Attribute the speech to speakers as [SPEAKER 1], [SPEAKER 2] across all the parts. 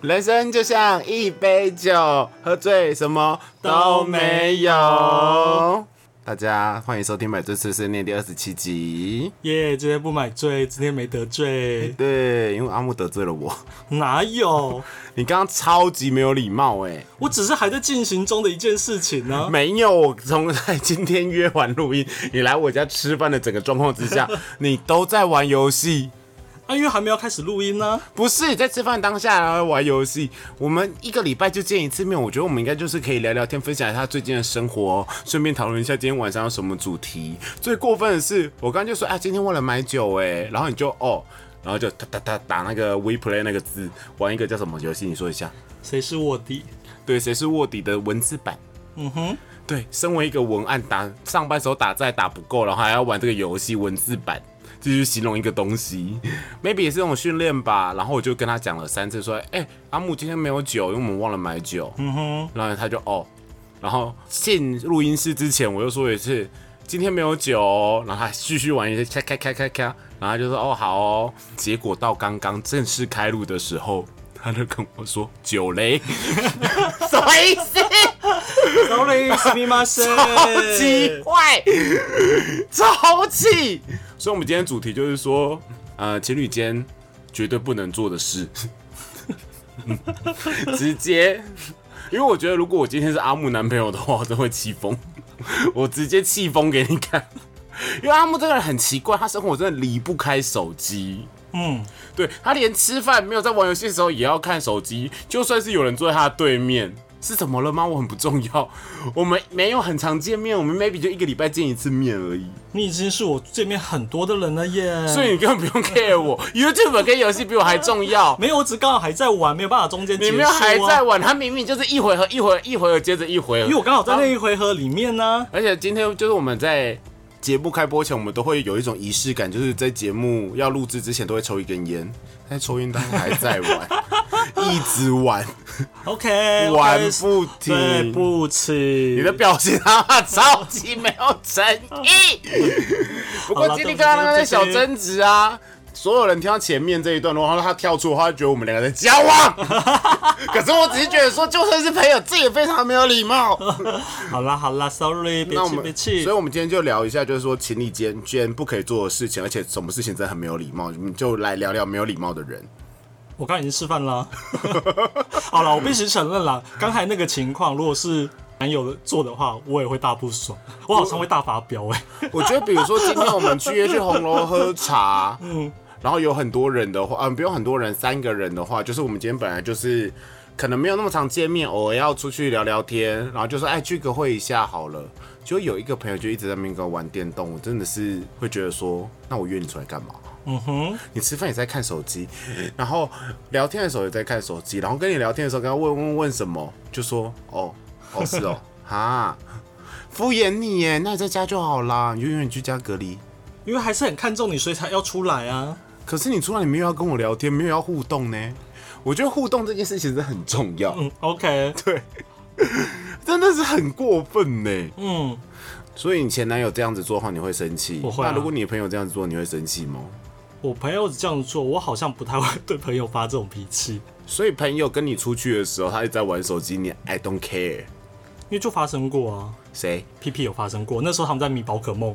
[SPEAKER 1] 人生就像一杯酒，喝醉什么都没有。大家欢迎收听《买醉碎碎念》第二十七集。
[SPEAKER 2] 耶、今天不买醉，今天没得罪，
[SPEAKER 1] 对，因为阿木得罪了我，
[SPEAKER 2] 哪有？
[SPEAKER 1] 你刚刚超级没有礼貌哎、
[SPEAKER 2] 我只是还在进行中的一件事情呢、
[SPEAKER 1] 没有，我从在今天约完录音，你来我家吃饭的整个状况之下，你都在玩游戏。
[SPEAKER 2] 啊，因为还没有开始录音啊呢、
[SPEAKER 1] 不是你在吃饭当下然后玩游戏，我们一个礼拜就见一次面，我觉得我们应该就是可以聊聊天，分享一下最近的生活，顺便讨论一下今天晚上有什么主题。最过分的是，我刚刚就说啊，今天忘了买酒哎、然后你就哦，然后就打打打打那个 We Play 那个字，玩一个叫什么游戏？你说一下。
[SPEAKER 2] 谁是卧底？
[SPEAKER 1] 对，谁是卧底的文字版？
[SPEAKER 2] 嗯哼，
[SPEAKER 1] 对，身为一个文案打上班时候打在打不够，然后还要玩这个游戏文字版，这就是形容一个东西，maybe 也是这种训练吧。然后我就跟他讲了三次，说，哎、阿木今天没有酒，因为我们忘了买酒。嗯哼，然后他就哦，然后进录音室之前，我又说一次，今天没有酒、哦，然后他继续玩一些咔咔咔咔咔，然后他就说哦好哦。结果到刚刚正式开录的时候，他就跟我说酒嘞，什么意思？
[SPEAKER 2] ，sorry，すみません。
[SPEAKER 1] 超级坏，超气。所以，我们今天主题就是说，呃，情侣间绝对不能做的事， 直接。因为我觉得，如果我今天是阿木男朋友的话，我真会气疯， 我直接气疯给你看。因为阿木这个人很奇怪，他生活真的离不开手机。
[SPEAKER 2] 嗯，
[SPEAKER 1] 对他连吃饭没有在玩游戏的时候也要看手机，就算是有人坐在他的对面，是怎么了吗？我很不重要，我们没有很常见面，我们 maybe 就一个礼拜见一次面而已，
[SPEAKER 2] 你已经是我见面很多的人了耶。
[SPEAKER 1] 所以你根本不用 care 我，YouTube 跟游戏比我还重要。
[SPEAKER 2] 没有，我只刚好还在玩，没有办法中间结
[SPEAKER 1] 你
[SPEAKER 2] 束、啊。
[SPEAKER 1] 们还在玩，他明明就是一回合一回合一回合接着一回合，
[SPEAKER 2] 因为我刚好在那一回合里面呢、
[SPEAKER 1] 而且今天就是我们在节目开播前，我们都会有一种仪式感，就是在节目要录制之前都会抽一根烟，但是抽烟当中还 在玩，一直玩。
[SPEAKER 2] OK，
[SPEAKER 1] 玩不停
[SPEAKER 2] 对不起。
[SPEAKER 1] 你的表情他妈超级没有诚意。 不过今天刚刚那个小争执啊，所有人听到前面这一段的话，他跳出的话，他觉得我们两个在 交往。可是我只是觉得说，就算是朋友，这也非常没有礼貌。
[SPEAKER 2] 好啦好啦，Sorry，别
[SPEAKER 1] 那我
[SPEAKER 2] 气
[SPEAKER 1] 们，
[SPEAKER 2] 别
[SPEAKER 1] 所
[SPEAKER 2] 气
[SPEAKER 1] 以。我们今天就聊一下，就是说情侣间居然不可以做的事情，而且什么事情真的很没有礼貌，我们就来聊聊没有礼貌的人。
[SPEAKER 2] 我刚刚已经示范 了。好了，我必须承认了，刚才那个情况，如果是男友做的话，我也会大不爽，我好像会大发飙 哎、
[SPEAKER 1] 我觉得，比如说今天我们去约去红楼喝茶，嗯，然后有很多人的话，嗯、不用很多人，三个人的话，就是我们今天本来就是可能没有那么常见面，偶尔要出去聊聊天，然后就说哎聚个会一下好了。就有一个朋友就一直在那边跟我玩电动，我真的是会觉得说，那我约你出来干嘛？
[SPEAKER 2] 嗯哼，
[SPEAKER 1] 你吃饭也在看手机，然后聊天的时候也在看手机，然后跟你聊天的时候跟他问问问什么，就说哦哦是哦哈，敷衍你耶，那你在家就好啦，你就永远居家隔离。
[SPEAKER 2] 因为还是很看重你，所以才要出来啊。
[SPEAKER 1] 可是你出来，你没有要跟我聊天，没有要互动呢。我觉得互动这件事其实很重要，
[SPEAKER 2] 嗯，OK，
[SPEAKER 1] 真的是很过分呢。
[SPEAKER 2] 嗯，
[SPEAKER 1] 所以你前男友这样子做的话，你会生气。
[SPEAKER 2] 我会啊
[SPEAKER 1] 那如果你的朋友这样子做，你会生气吗？
[SPEAKER 2] 我朋友这样做，我好像不太会对朋友发这种脾气，
[SPEAKER 1] 所以朋友跟你出去的时候，他一直在玩手机，你 I don't care。
[SPEAKER 2] 因为就发生过啊。
[SPEAKER 1] 谁？
[SPEAKER 2] P P 有发生过，那时候他们在迷宝可梦，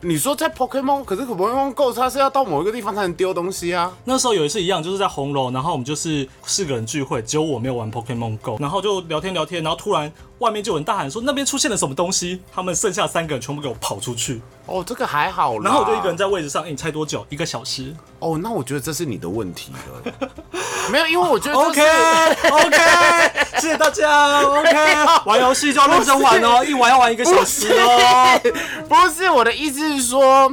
[SPEAKER 1] 你说在 Pokemon，可是 Pokemon Go 它是要到某一个地方才能丢东西啊。
[SPEAKER 2] 那时候有一次一样，就是在红楼，然后我们就是四个人聚会，只有我没有玩 Pokemon Go，然后就聊天聊天，然后突然外面就有人大喊说那边出现了什么东西，他们剩下三个人全部给我跑出去，
[SPEAKER 1] 哦，这个还好啦。
[SPEAKER 2] 然后我就一个人在位置上，哎、你猜多久？一个小时。
[SPEAKER 1] 哦，那我觉得这是你的问题了。 没有，因为我觉得、就是、
[SPEAKER 2] OK OK，谢谢大家 OK，玩游戏就要认真玩哦， 一玩要玩一个小时哦。
[SPEAKER 1] 不是我的意思是说，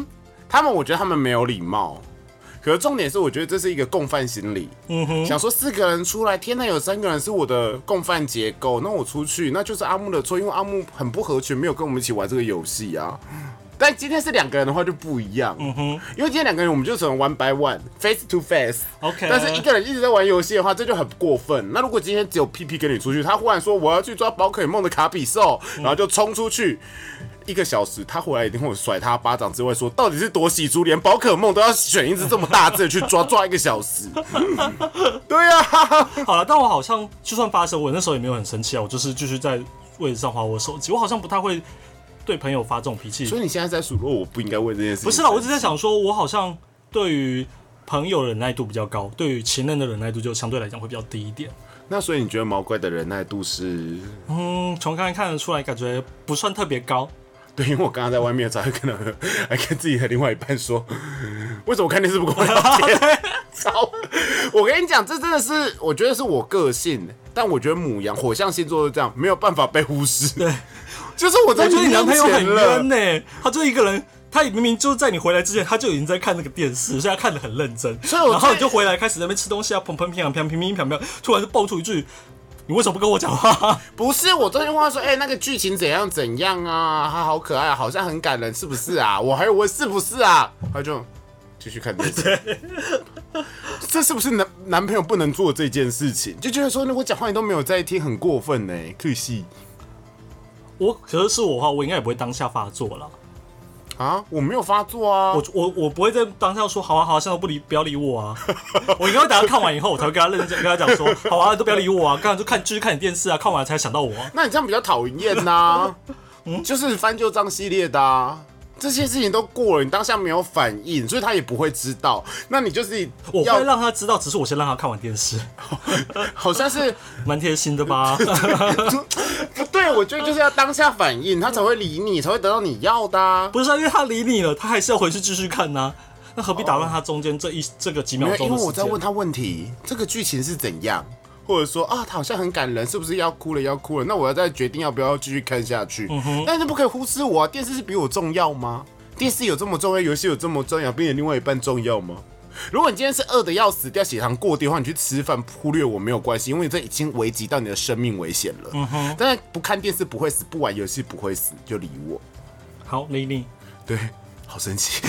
[SPEAKER 1] 他们我觉得他们没有礼貌。可是重点是，我觉得这是一个共犯心理。嗯哼，想说四个人出来，天呐，有三个人是我的共犯结构，那我出去那就是阿木的错，因为阿木很不合群，没有跟我们一起玩这个游戏啊。但今天是两个人的话就不一样，嗯哼，因为今天两个人我们就只能 one by one，face to face。
[SPEAKER 2] OK，
[SPEAKER 1] 但是一个人一直在玩游戏的话，这就很过分。那如果今天嗯只有屁屁跟你出去，他忽然说我要去抓宝可梦的卡比兽，然后就冲出去，一个小时，他回来一定会甩他巴掌之外说，到底是多喜猪，连宝可梦都要选一只这么大只的去抓，抓一个小时。对呀、啊，
[SPEAKER 2] 好了，但我好像就算发生，我那时候也没有很生气啊，我就是继续在位置上划我手机，我好像不太会对朋友发这种脾气
[SPEAKER 1] 所。以你现在在数落我不应该为这件事情。
[SPEAKER 2] 不是啦，我一直在想说，我好像对于朋友忍耐度比较高，对于情人的忍耐度就相对来讲会比较低一点。
[SPEAKER 1] 那所以你觉得毛怪的忍耐度是？
[SPEAKER 2] 嗯，从刚才看得出来，感觉不算特别高。
[SPEAKER 1] 对，因为我刚刚在外面才会看到， 还跟自己的另外一半说，为什么看电视不跟我聊天？ 操！我跟你讲，这真的是我觉得是我个性，但我觉得母羊火象星座是这样，没有办法被忽视。对，就是我在
[SPEAKER 2] 我觉得你男朋友很
[SPEAKER 1] 面前了
[SPEAKER 2] 冤啊呢、他就一个人，他明明就在你回来之前，他就已经在看那个电视，所以他看得很认真。
[SPEAKER 1] 所以我
[SPEAKER 2] 然后
[SPEAKER 1] 最
[SPEAKER 2] 你就回来开始在那边吃东西啊，砰砰砰砰砰砰砰砰，突然就爆出一句：“你为什么不跟我讲 话
[SPEAKER 1] 不是，我昨天问他说，哎、那个剧情怎样怎样啊？他好可爱，好像很感人，是不是啊？我还有问是不是啊？他就继续看 电视。 这是不是男男朋友不能做这件事情？就觉得说，如果讲话你都没有在听，很过分呢、欸可惜？”
[SPEAKER 2] 我可是是我的话，我应该也不会当下发作啦。
[SPEAKER 1] 啊，我没有发作啊，
[SPEAKER 2] 我我我不会在当下说好啊好啊，现在都不理不要理我啊。 我应该会等他看完以后，我才会跟他认真跟他讲说好啊，都不要理我啊，刚才就看继续看你电视啊，看完才想到我、啊。
[SPEAKER 1] 那你这样比较讨厌 呐。
[SPEAKER 2] 嗯
[SPEAKER 1] 就是翻旧账系列的、啊，这些事情都过了，你当下没有反应，所以他也不会知道。那你就是
[SPEAKER 2] 我
[SPEAKER 1] 要
[SPEAKER 2] 会让他知道，只是我先让他看完电视，
[SPEAKER 1] 好像是
[SPEAKER 2] 蛮贴心的吧？
[SPEAKER 1] 不哦对，我觉得就是要当下反应，他才会理你，才会得到你要的、啊。
[SPEAKER 2] 嗯不是、啊，因为他理你了，他还是要回去继续看呐、那何必打乱他中间这一这个几秒
[SPEAKER 1] 没有，
[SPEAKER 2] 钟
[SPEAKER 1] 因
[SPEAKER 2] 的
[SPEAKER 1] 为
[SPEAKER 2] 时
[SPEAKER 1] 我在
[SPEAKER 2] 间？
[SPEAKER 1] 问他问题，这个剧情是怎样，或者说啊，他好像很感人，是不是要哭了？要哭了，那我要再决定要不要继续看下去。
[SPEAKER 2] 嗯
[SPEAKER 1] 但是不可以忽视我、啊，电视是比我重要吗？电视有这么重要，游戏有这么重要，比你另外一半重要吗？如果你今天是饿的要死，掉血糖过低的话，你去吃饭忽略我没有关系，因为这已经危及到你的生命危险了。
[SPEAKER 2] 嗯
[SPEAKER 1] 但是不看电视不会死，不玩游戏不会死，就理我。
[SPEAKER 2] 好，理你。
[SPEAKER 1] 对，好生气。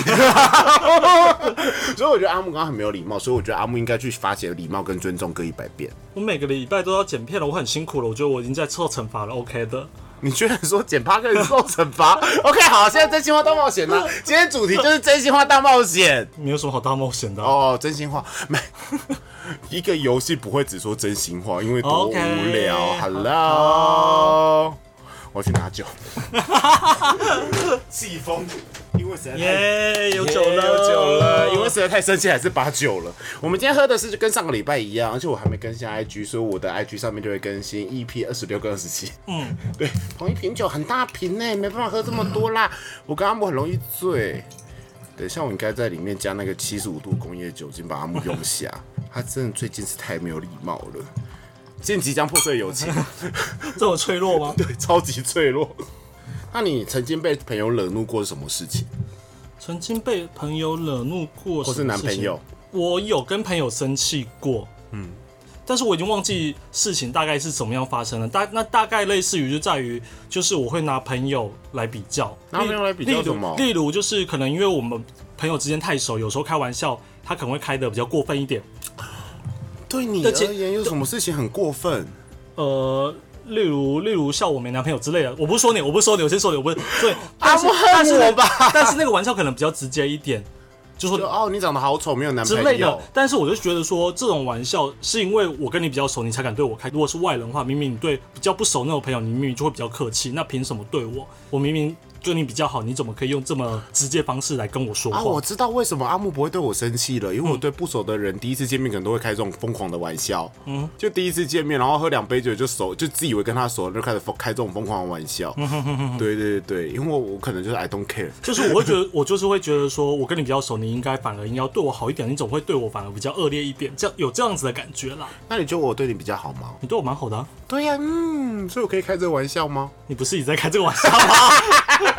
[SPEAKER 1] 所以我觉得阿木刚刚很没有礼貌，所以我觉得阿木应该去发泄礼貌跟尊重各一百遍。
[SPEAKER 2] 我每个礼拜都要剪片了，我很辛苦了，我觉得我已经在受惩罚了，OK 的。
[SPEAKER 1] 你居然说剪趴可以受惩罚 ？OK，好，现在真心话大冒险啦。今天主题就是真心话大冒险。
[SPEAKER 2] 没有什么好大冒险的啊、
[SPEAKER 1] 哦，真心话没一个游戏不会只说真心话，因为多无
[SPEAKER 2] OK，
[SPEAKER 1] 聊。
[SPEAKER 2] 好
[SPEAKER 1] Hello，我要去拿酒，气疯，因为实在太
[SPEAKER 2] 耶、有酒了，
[SPEAKER 1] 有酒了，因为实在太生气，还是把酒了。我们今天喝的是就跟上个礼拜一样，而且我还没更新 IG，所以我的 IG 上面就会更新 EP 二十六跟二十七。嗯， 对，同一瓶酒很大瓶呢，没办法喝这么多啦。我跟阿木很容易醉，等一下我应该在里面加那个七十五度工业酒精，把阿木用 下。他真的最近是太没有礼貌了，见即将破碎友情。
[SPEAKER 2] 这么脆弱吗？
[SPEAKER 1] 对，超级脆弱。那你曾经被朋友惹怒过是什么事情？
[SPEAKER 2] 曾经被朋友惹怒过，
[SPEAKER 1] 或是男朋友？
[SPEAKER 2] 我有跟朋友生气过，嗯，但是我已经忘记事情大概是怎么样发生了。大那大概类似于就在于，就是我会拿朋友来比较，
[SPEAKER 1] 拿朋友来比较
[SPEAKER 2] 例如
[SPEAKER 1] 什么
[SPEAKER 2] 例如就是可能因为我们朋友之间太熟，有时候开玩笑，他可能会开的比较过分一点。
[SPEAKER 1] 对你
[SPEAKER 2] 而且
[SPEAKER 1] 而言有什么事情很过分？
[SPEAKER 2] 呃，例如例如像我没男朋友之类的，我不是说你，我不是说你，我先说你，我不是对，
[SPEAKER 1] 阿
[SPEAKER 2] 但是
[SPEAKER 1] 木恨
[SPEAKER 2] 但是
[SPEAKER 1] 我吧
[SPEAKER 2] 但是那个玩笑可能比较直接一点，就说
[SPEAKER 1] 就哦，你长得好丑，没有男
[SPEAKER 2] 之
[SPEAKER 1] 朋
[SPEAKER 2] 类的
[SPEAKER 1] 友。。啊
[SPEAKER 2] 但是我就觉得说，这种玩笑是因为我跟你比较熟，你才敢对我开。如果是外人的话，明明你对比较不熟那种朋友，你明明就会比较客气，那凭什么对我？我明明对你比较好，你怎么可以用这么直接方式来跟我说话？
[SPEAKER 1] 啊，我知道为什么阿木不会对我生气了，因为我对不熟的人第一次见面可能都会开这种疯狂的玩笑，嗯，就第一次见面，然后喝两杯酒就熟，就自以为跟他熟了，就开始疯开这种疯狂的玩笑。对对对对，因为我我可能就是 I don't care，
[SPEAKER 2] 就是我会觉得，我就是会觉得说，我跟你比较熟，你应该反而应该要对我好一点，你总会对我反而比较恶劣一点，这样有这样子的感觉啦。
[SPEAKER 1] 那你觉得我对你比较好吗？
[SPEAKER 2] 你对我蛮好的、啊，
[SPEAKER 1] 对呀、嗯，所以我可以开这个玩笑吗？
[SPEAKER 2] 你不是一直在开这个玩笑吗？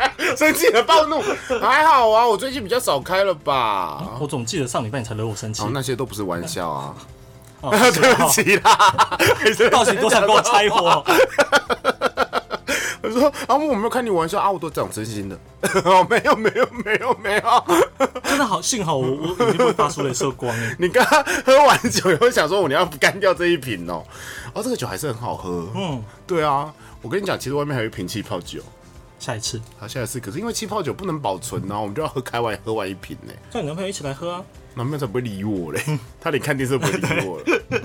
[SPEAKER 1] 生气了，暴怒，还好啊，我最近比较少开了吧。
[SPEAKER 2] 我总记得上礼拜你才惹我生气
[SPEAKER 1] 哦，，那些都不是玩笑啊，
[SPEAKER 2] 哦是
[SPEAKER 1] 对
[SPEAKER 2] 啊
[SPEAKER 1] 不起啦，
[SPEAKER 2] 到底多想跟我拆伙？
[SPEAKER 1] 我说阿木，我没有开你玩笑啊，我都讲真心的。 哦，没有没有没有没有，
[SPEAKER 2] 真的好，幸好我我已经不会发出镭射光了。
[SPEAKER 1] 你刚刚喝完酒以后想说我你要干掉这一瓶哦，哦，这个酒还是很好喝。嗯，对啊，我跟你讲，其实外面还有一瓶气泡酒，
[SPEAKER 2] 下一次
[SPEAKER 1] 好，下一次可是因为气泡酒不能保存啊，我们就要喝开完喝完一瓶呢、
[SPEAKER 2] 叫你男朋友一起来喝啊。
[SPEAKER 1] 男朋友才不会理我嘞， 他连看电视都不会理 我了。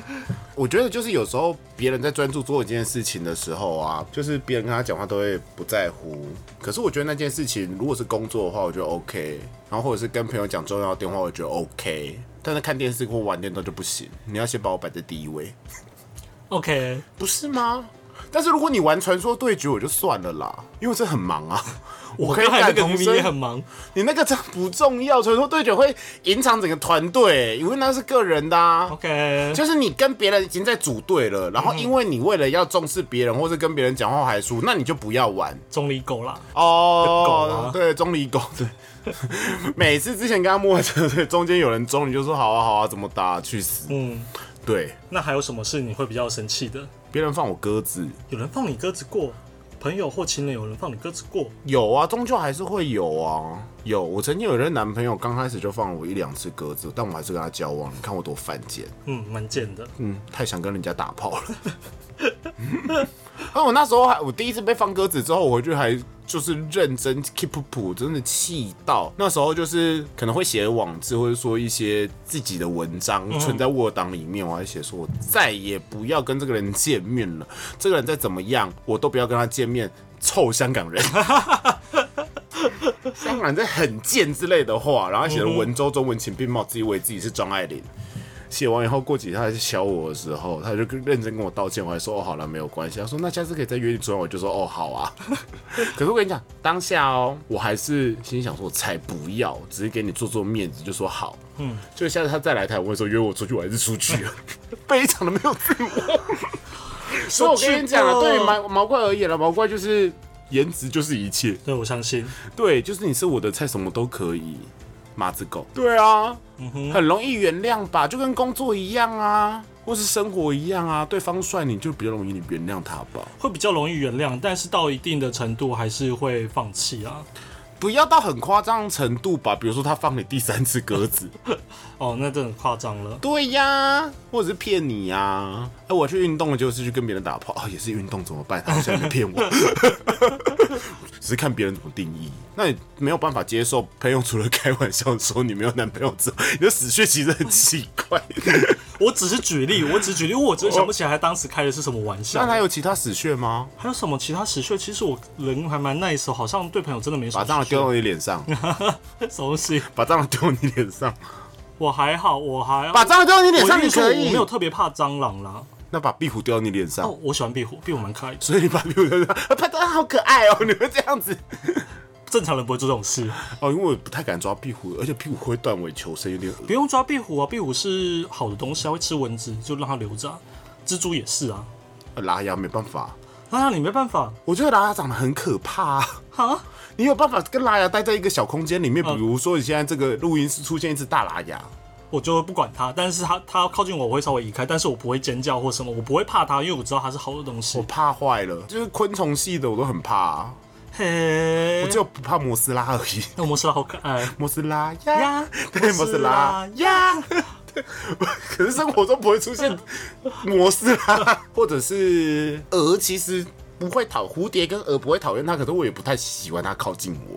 [SPEAKER 1] 我觉得就是有时候别人在专注做一件事情的时候啊，就是别人跟他讲话都会不在乎。可是我觉得那件事情如果是工作的话，我觉得 OK，然后或者是跟朋友讲重要的电话，我觉得 OK。但是看电视或玩电动就不行，你要先把我摆在第一位，
[SPEAKER 2] OK，
[SPEAKER 1] 不是吗？但是如果你玩传说对决，我就算了啦，因为这很忙啊。我可以
[SPEAKER 2] 刚才那
[SPEAKER 1] 感
[SPEAKER 2] 个
[SPEAKER 1] 同
[SPEAKER 2] 明明
[SPEAKER 1] 身
[SPEAKER 2] 也很忙，
[SPEAKER 1] 你那个真不重要，传说对决会影响整个团队，因为那是个人的、啊。
[SPEAKER 2] OK，
[SPEAKER 1] 就是你跟别人已经在组队了，然后因为你为了要重视别人，或是跟别人讲话还输，那你就不 要玩
[SPEAKER 2] 中立狗啦。狗
[SPEAKER 1] 哦
[SPEAKER 2] 啊。
[SPEAKER 1] 对，中离狗对。 每次之前跟他摸车，对，中间有人中，你就说好啊好啊，怎么打去死？
[SPEAKER 2] 嗯，
[SPEAKER 1] 对，
[SPEAKER 2] 那还有什么是你会比较生气的？
[SPEAKER 1] 别人放我鸽子，
[SPEAKER 2] 有人放你鸽子过，朋友或情人有人放你鸽子过，
[SPEAKER 1] 有啊，终究还是会有啊，有。我曾经有一任男朋友，刚开始就放了我一两次鸽子，但我还是跟他交往，你看我多犯贱。
[SPEAKER 2] 嗯，蛮贱的。
[SPEAKER 1] 嗯，太想跟人家打炮了。 那我那时候还，我第一次被放鸽子之后，我回去还就是认真 keep up，真的气到。那时候就是可能会写网志，或者说一些自己的文章存在 Word 档里面，我还写说我再也不要跟这个人见面了，这个人再怎么样，我都不要跟他见面。臭香港人，香港人这很贱之类的话，然后还写了文绉中文情并茂，自以为自己是张爱玲。写完以后，过几天他去敲我的时候，他就跟认真跟我道歉，我还说哦好了没有关系。他说那下次可以再约你出来，我就说哦好啊。可是我跟你讲，当下哦，我还是心想说我才不要，只是给你做做面子，就说好。嗯，就下次他再来台湾说约我出去，我还是出去了，非常的没有自我。所以我跟你讲啊，
[SPEAKER 2] 说去
[SPEAKER 1] 对于
[SPEAKER 2] 吧
[SPEAKER 1] 毛毛怪而言了，毛怪就是颜值就是一切。
[SPEAKER 2] 对，我相信。
[SPEAKER 1] 对，就是你是我的菜，什么都可以。马子狗，对啊，很容易原谅吧，就跟工作一样啊，或是生活一样啊，对方帅你就比较容易你原谅他吧，
[SPEAKER 2] 会比较容易原谅，但是到一定的程度还是会放弃啊。
[SPEAKER 1] 不要到很夸张的程度吧，比如说他放你第三次鸽子，
[SPEAKER 2] 哦，那真的夸张了。
[SPEAKER 1] 对呀、或者是骗你呀、啊，哎、我去运动了就是去跟别人打炮，啊、也是运动怎么办？他好像没骗我， 只是看别人怎么定义。那你没有办法接受朋友除了开玩笑说你没有男朋友之后，你的死穴其实很奇怪。
[SPEAKER 2] 我只是举例，我只是举例，我真的想不起来他当时开的是什么玩笑
[SPEAKER 1] 那。他有其他死穴吗？
[SPEAKER 2] 还有什么其他时穴？其实我人还蛮 nice，的好像对朋友真的没什
[SPEAKER 1] 把
[SPEAKER 2] 么。
[SPEAKER 1] 蟑螂丢到你脸上，
[SPEAKER 2] 什么东西？
[SPEAKER 1] 把蟑螂丢到你脸上，我
[SPEAKER 2] 我还好，我还
[SPEAKER 1] 把蟑螂丢到你脸
[SPEAKER 2] 我
[SPEAKER 1] 上，
[SPEAKER 2] 跟
[SPEAKER 1] 你
[SPEAKER 2] 你说，
[SPEAKER 1] 可
[SPEAKER 2] 我没
[SPEAKER 1] 以。
[SPEAKER 2] 有特别怕蟑螂啦。
[SPEAKER 1] 那把壁虎丢到你脸上
[SPEAKER 2] 哦，，我喜欢壁虎，壁虎蛮可爱的。
[SPEAKER 1] 所以你把壁虎丢到，啊怕蟑螂好可爱哦，你会这样子
[SPEAKER 2] 正常人不会做这种事，
[SPEAKER 1] 哦？因为我不太敢抓壁虎，而且壁虎会断尾求生，有点恶
[SPEAKER 2] 不用抓壁虎啊，壁虎是好的东西啊，会吃蚊子，就让它留着啊、蜘蛛也是啊，
[SPEAKER 1] 呃拉牙没办法。
[SPEAKER 2] 那、啊、你没办法
[SPEAKER 1] 我觉得拉牙长得很可怕、啊，
[SPEAKER 2] 哈，
[SPEAKER 1] 你有办法跟拉牙待在一个小空间里面？比如说你现在这个录音室出现一只大拉牙，
[SPEAKER 2] 我就不管它，但是它它靠近我，我会稍微移开，但是我不会尖叫或什么，我不会怕它，因为我知道它是好的东
[SPEAKER 1] 我
[SPEAKER 2] 西。
[SPEAKER 1] 怕坏了，就是昆虫系的我都很怕、啊，
[SPEAKER 2] 嘿
[SPEAKER 1] 我，只有不怕摩斯拉而已。
[SPEAKER 2] 那摩斯拉好哎可爱
[SPEAKER 1] 摩斯拉呀，
[SPEAKER 2] 呀，
[SPEAKER 1] 对，摩斯拉呀。 可是生活中不会出 现摩斯拉，或者是鹅，其实不会讨蝴蝶跟鹅不会讨厌它，可是我也不太喜欢它靠近我。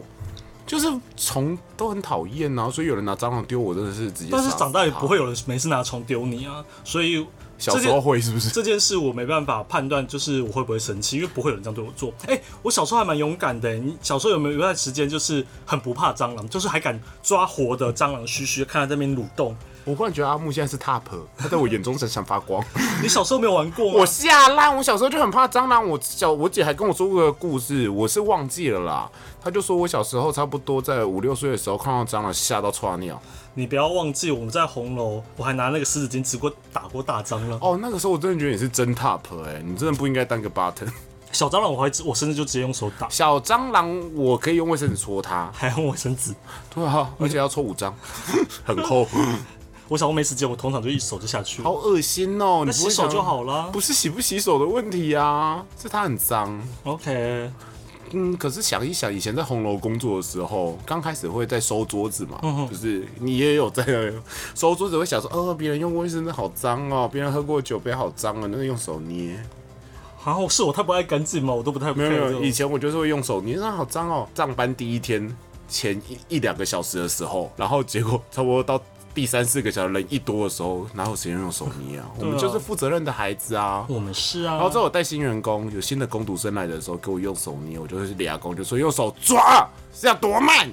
[SPEAKER 1] 就是虫都很讨厌啊，所以有人拿蟑螂丢我，真的是直接杀
[SPEAKER 2] 但
[SPEAKER 1] 死它。
[SPEAKER 2] 是长大也不会有人没事拿虫丢你啊，所以
[SPEAKER 1] 小
[SPEAKER 2] 这
[SPEAKER 1] 时
[SPEAKER 2] 件
[SPEAKER 1] 候会是不是？
[SPEAKER 2] 这件事我没办法判断，就是我会不会生气，因为不会有人这样对我做。哎、我小时候还蛮勇敢的、你小时候有没有一段时间就是很不怕蟑螂，就是还敢抓活的蟑螂须须，看它在那边蠕动？
[SPEAKER 1] 我忽然觉得阿木现在是 top，他在我眼中闪闪发光。
[SPEAKER 2] 你小时候没有玩过吗？
[SPEAKER 1] 我吓烂，我小时候就很怕蟑螂。我小我姐还跟我说过个故事，我是忘记了啦。她就说我小时候差不多在五六岁的时候看到蟑螂吓到窜尿。
[SPEAKER 2] 你不要忘记，我们在红楼，我还拿那个湿纸巾只过打过大蟑螂。
[SPEAKER 1] 哦，那个时候我真的觉得你是真 top 哎、你真的不应该当个 button。
[SPEAKER 2] 小蟑螂我还直我甚至就直接用手打，
[SPEAKER 1] 小蟑螂我可以用卫生纸戳它，
[SPEAKER 2] 还用卫生纸。
[SPEAKER 1] 对啊，而且要戳五张， 很 厚，
[SPEAKER 2] 我想我没时间，我通常就一手就下去了
[SPEAKER 1] 好。恶心哦。你
[SPEAKER 2] 那
[SPEAKER 1] 不
[SPEAKER 2] 洗
[SPEAKER 1] 会
[SPEAKER 2] 手
[SPEAKER 1] 想
[SPEAKER 2] 就，好啊啦。
[SPEAKER 1] 不是洗不洗手的问题啊，是它很脏。
[SPEAKER 2] OK，
[SPEAKER 1] 嗯，可是想一想，以前在红楼工作的时候，刚开始会在收桌子嘛，就是你也有在收桌子，会想说，哦，别人用卫生纸好脏哦，别人喝过酒杯好脏哦，那个用手捏，
[SPEAKER 2] 然后是我太不爱干净嘛，我都不太
[SPEAKER 1] 没有 没
[SPEAKER 2] care 这
[SPEAKER 1] 有，
[SPEAKER 2] 种
[SPEAKER 1] 以前我就是会用手，你那好脏哦。上班第一天前一一两个小时的时候，然后结果差不多到第三四个小时人一多的时候，哪有时间用手捏啊？我们就是负责任的孩子啊。
[SPEAKER 2] 我们是啊，
[SPEAKER 1] 然后之后我带新员工，有新的工读生来的时候，给我用手捏，我就会俩工就说用手抓，是要多慢，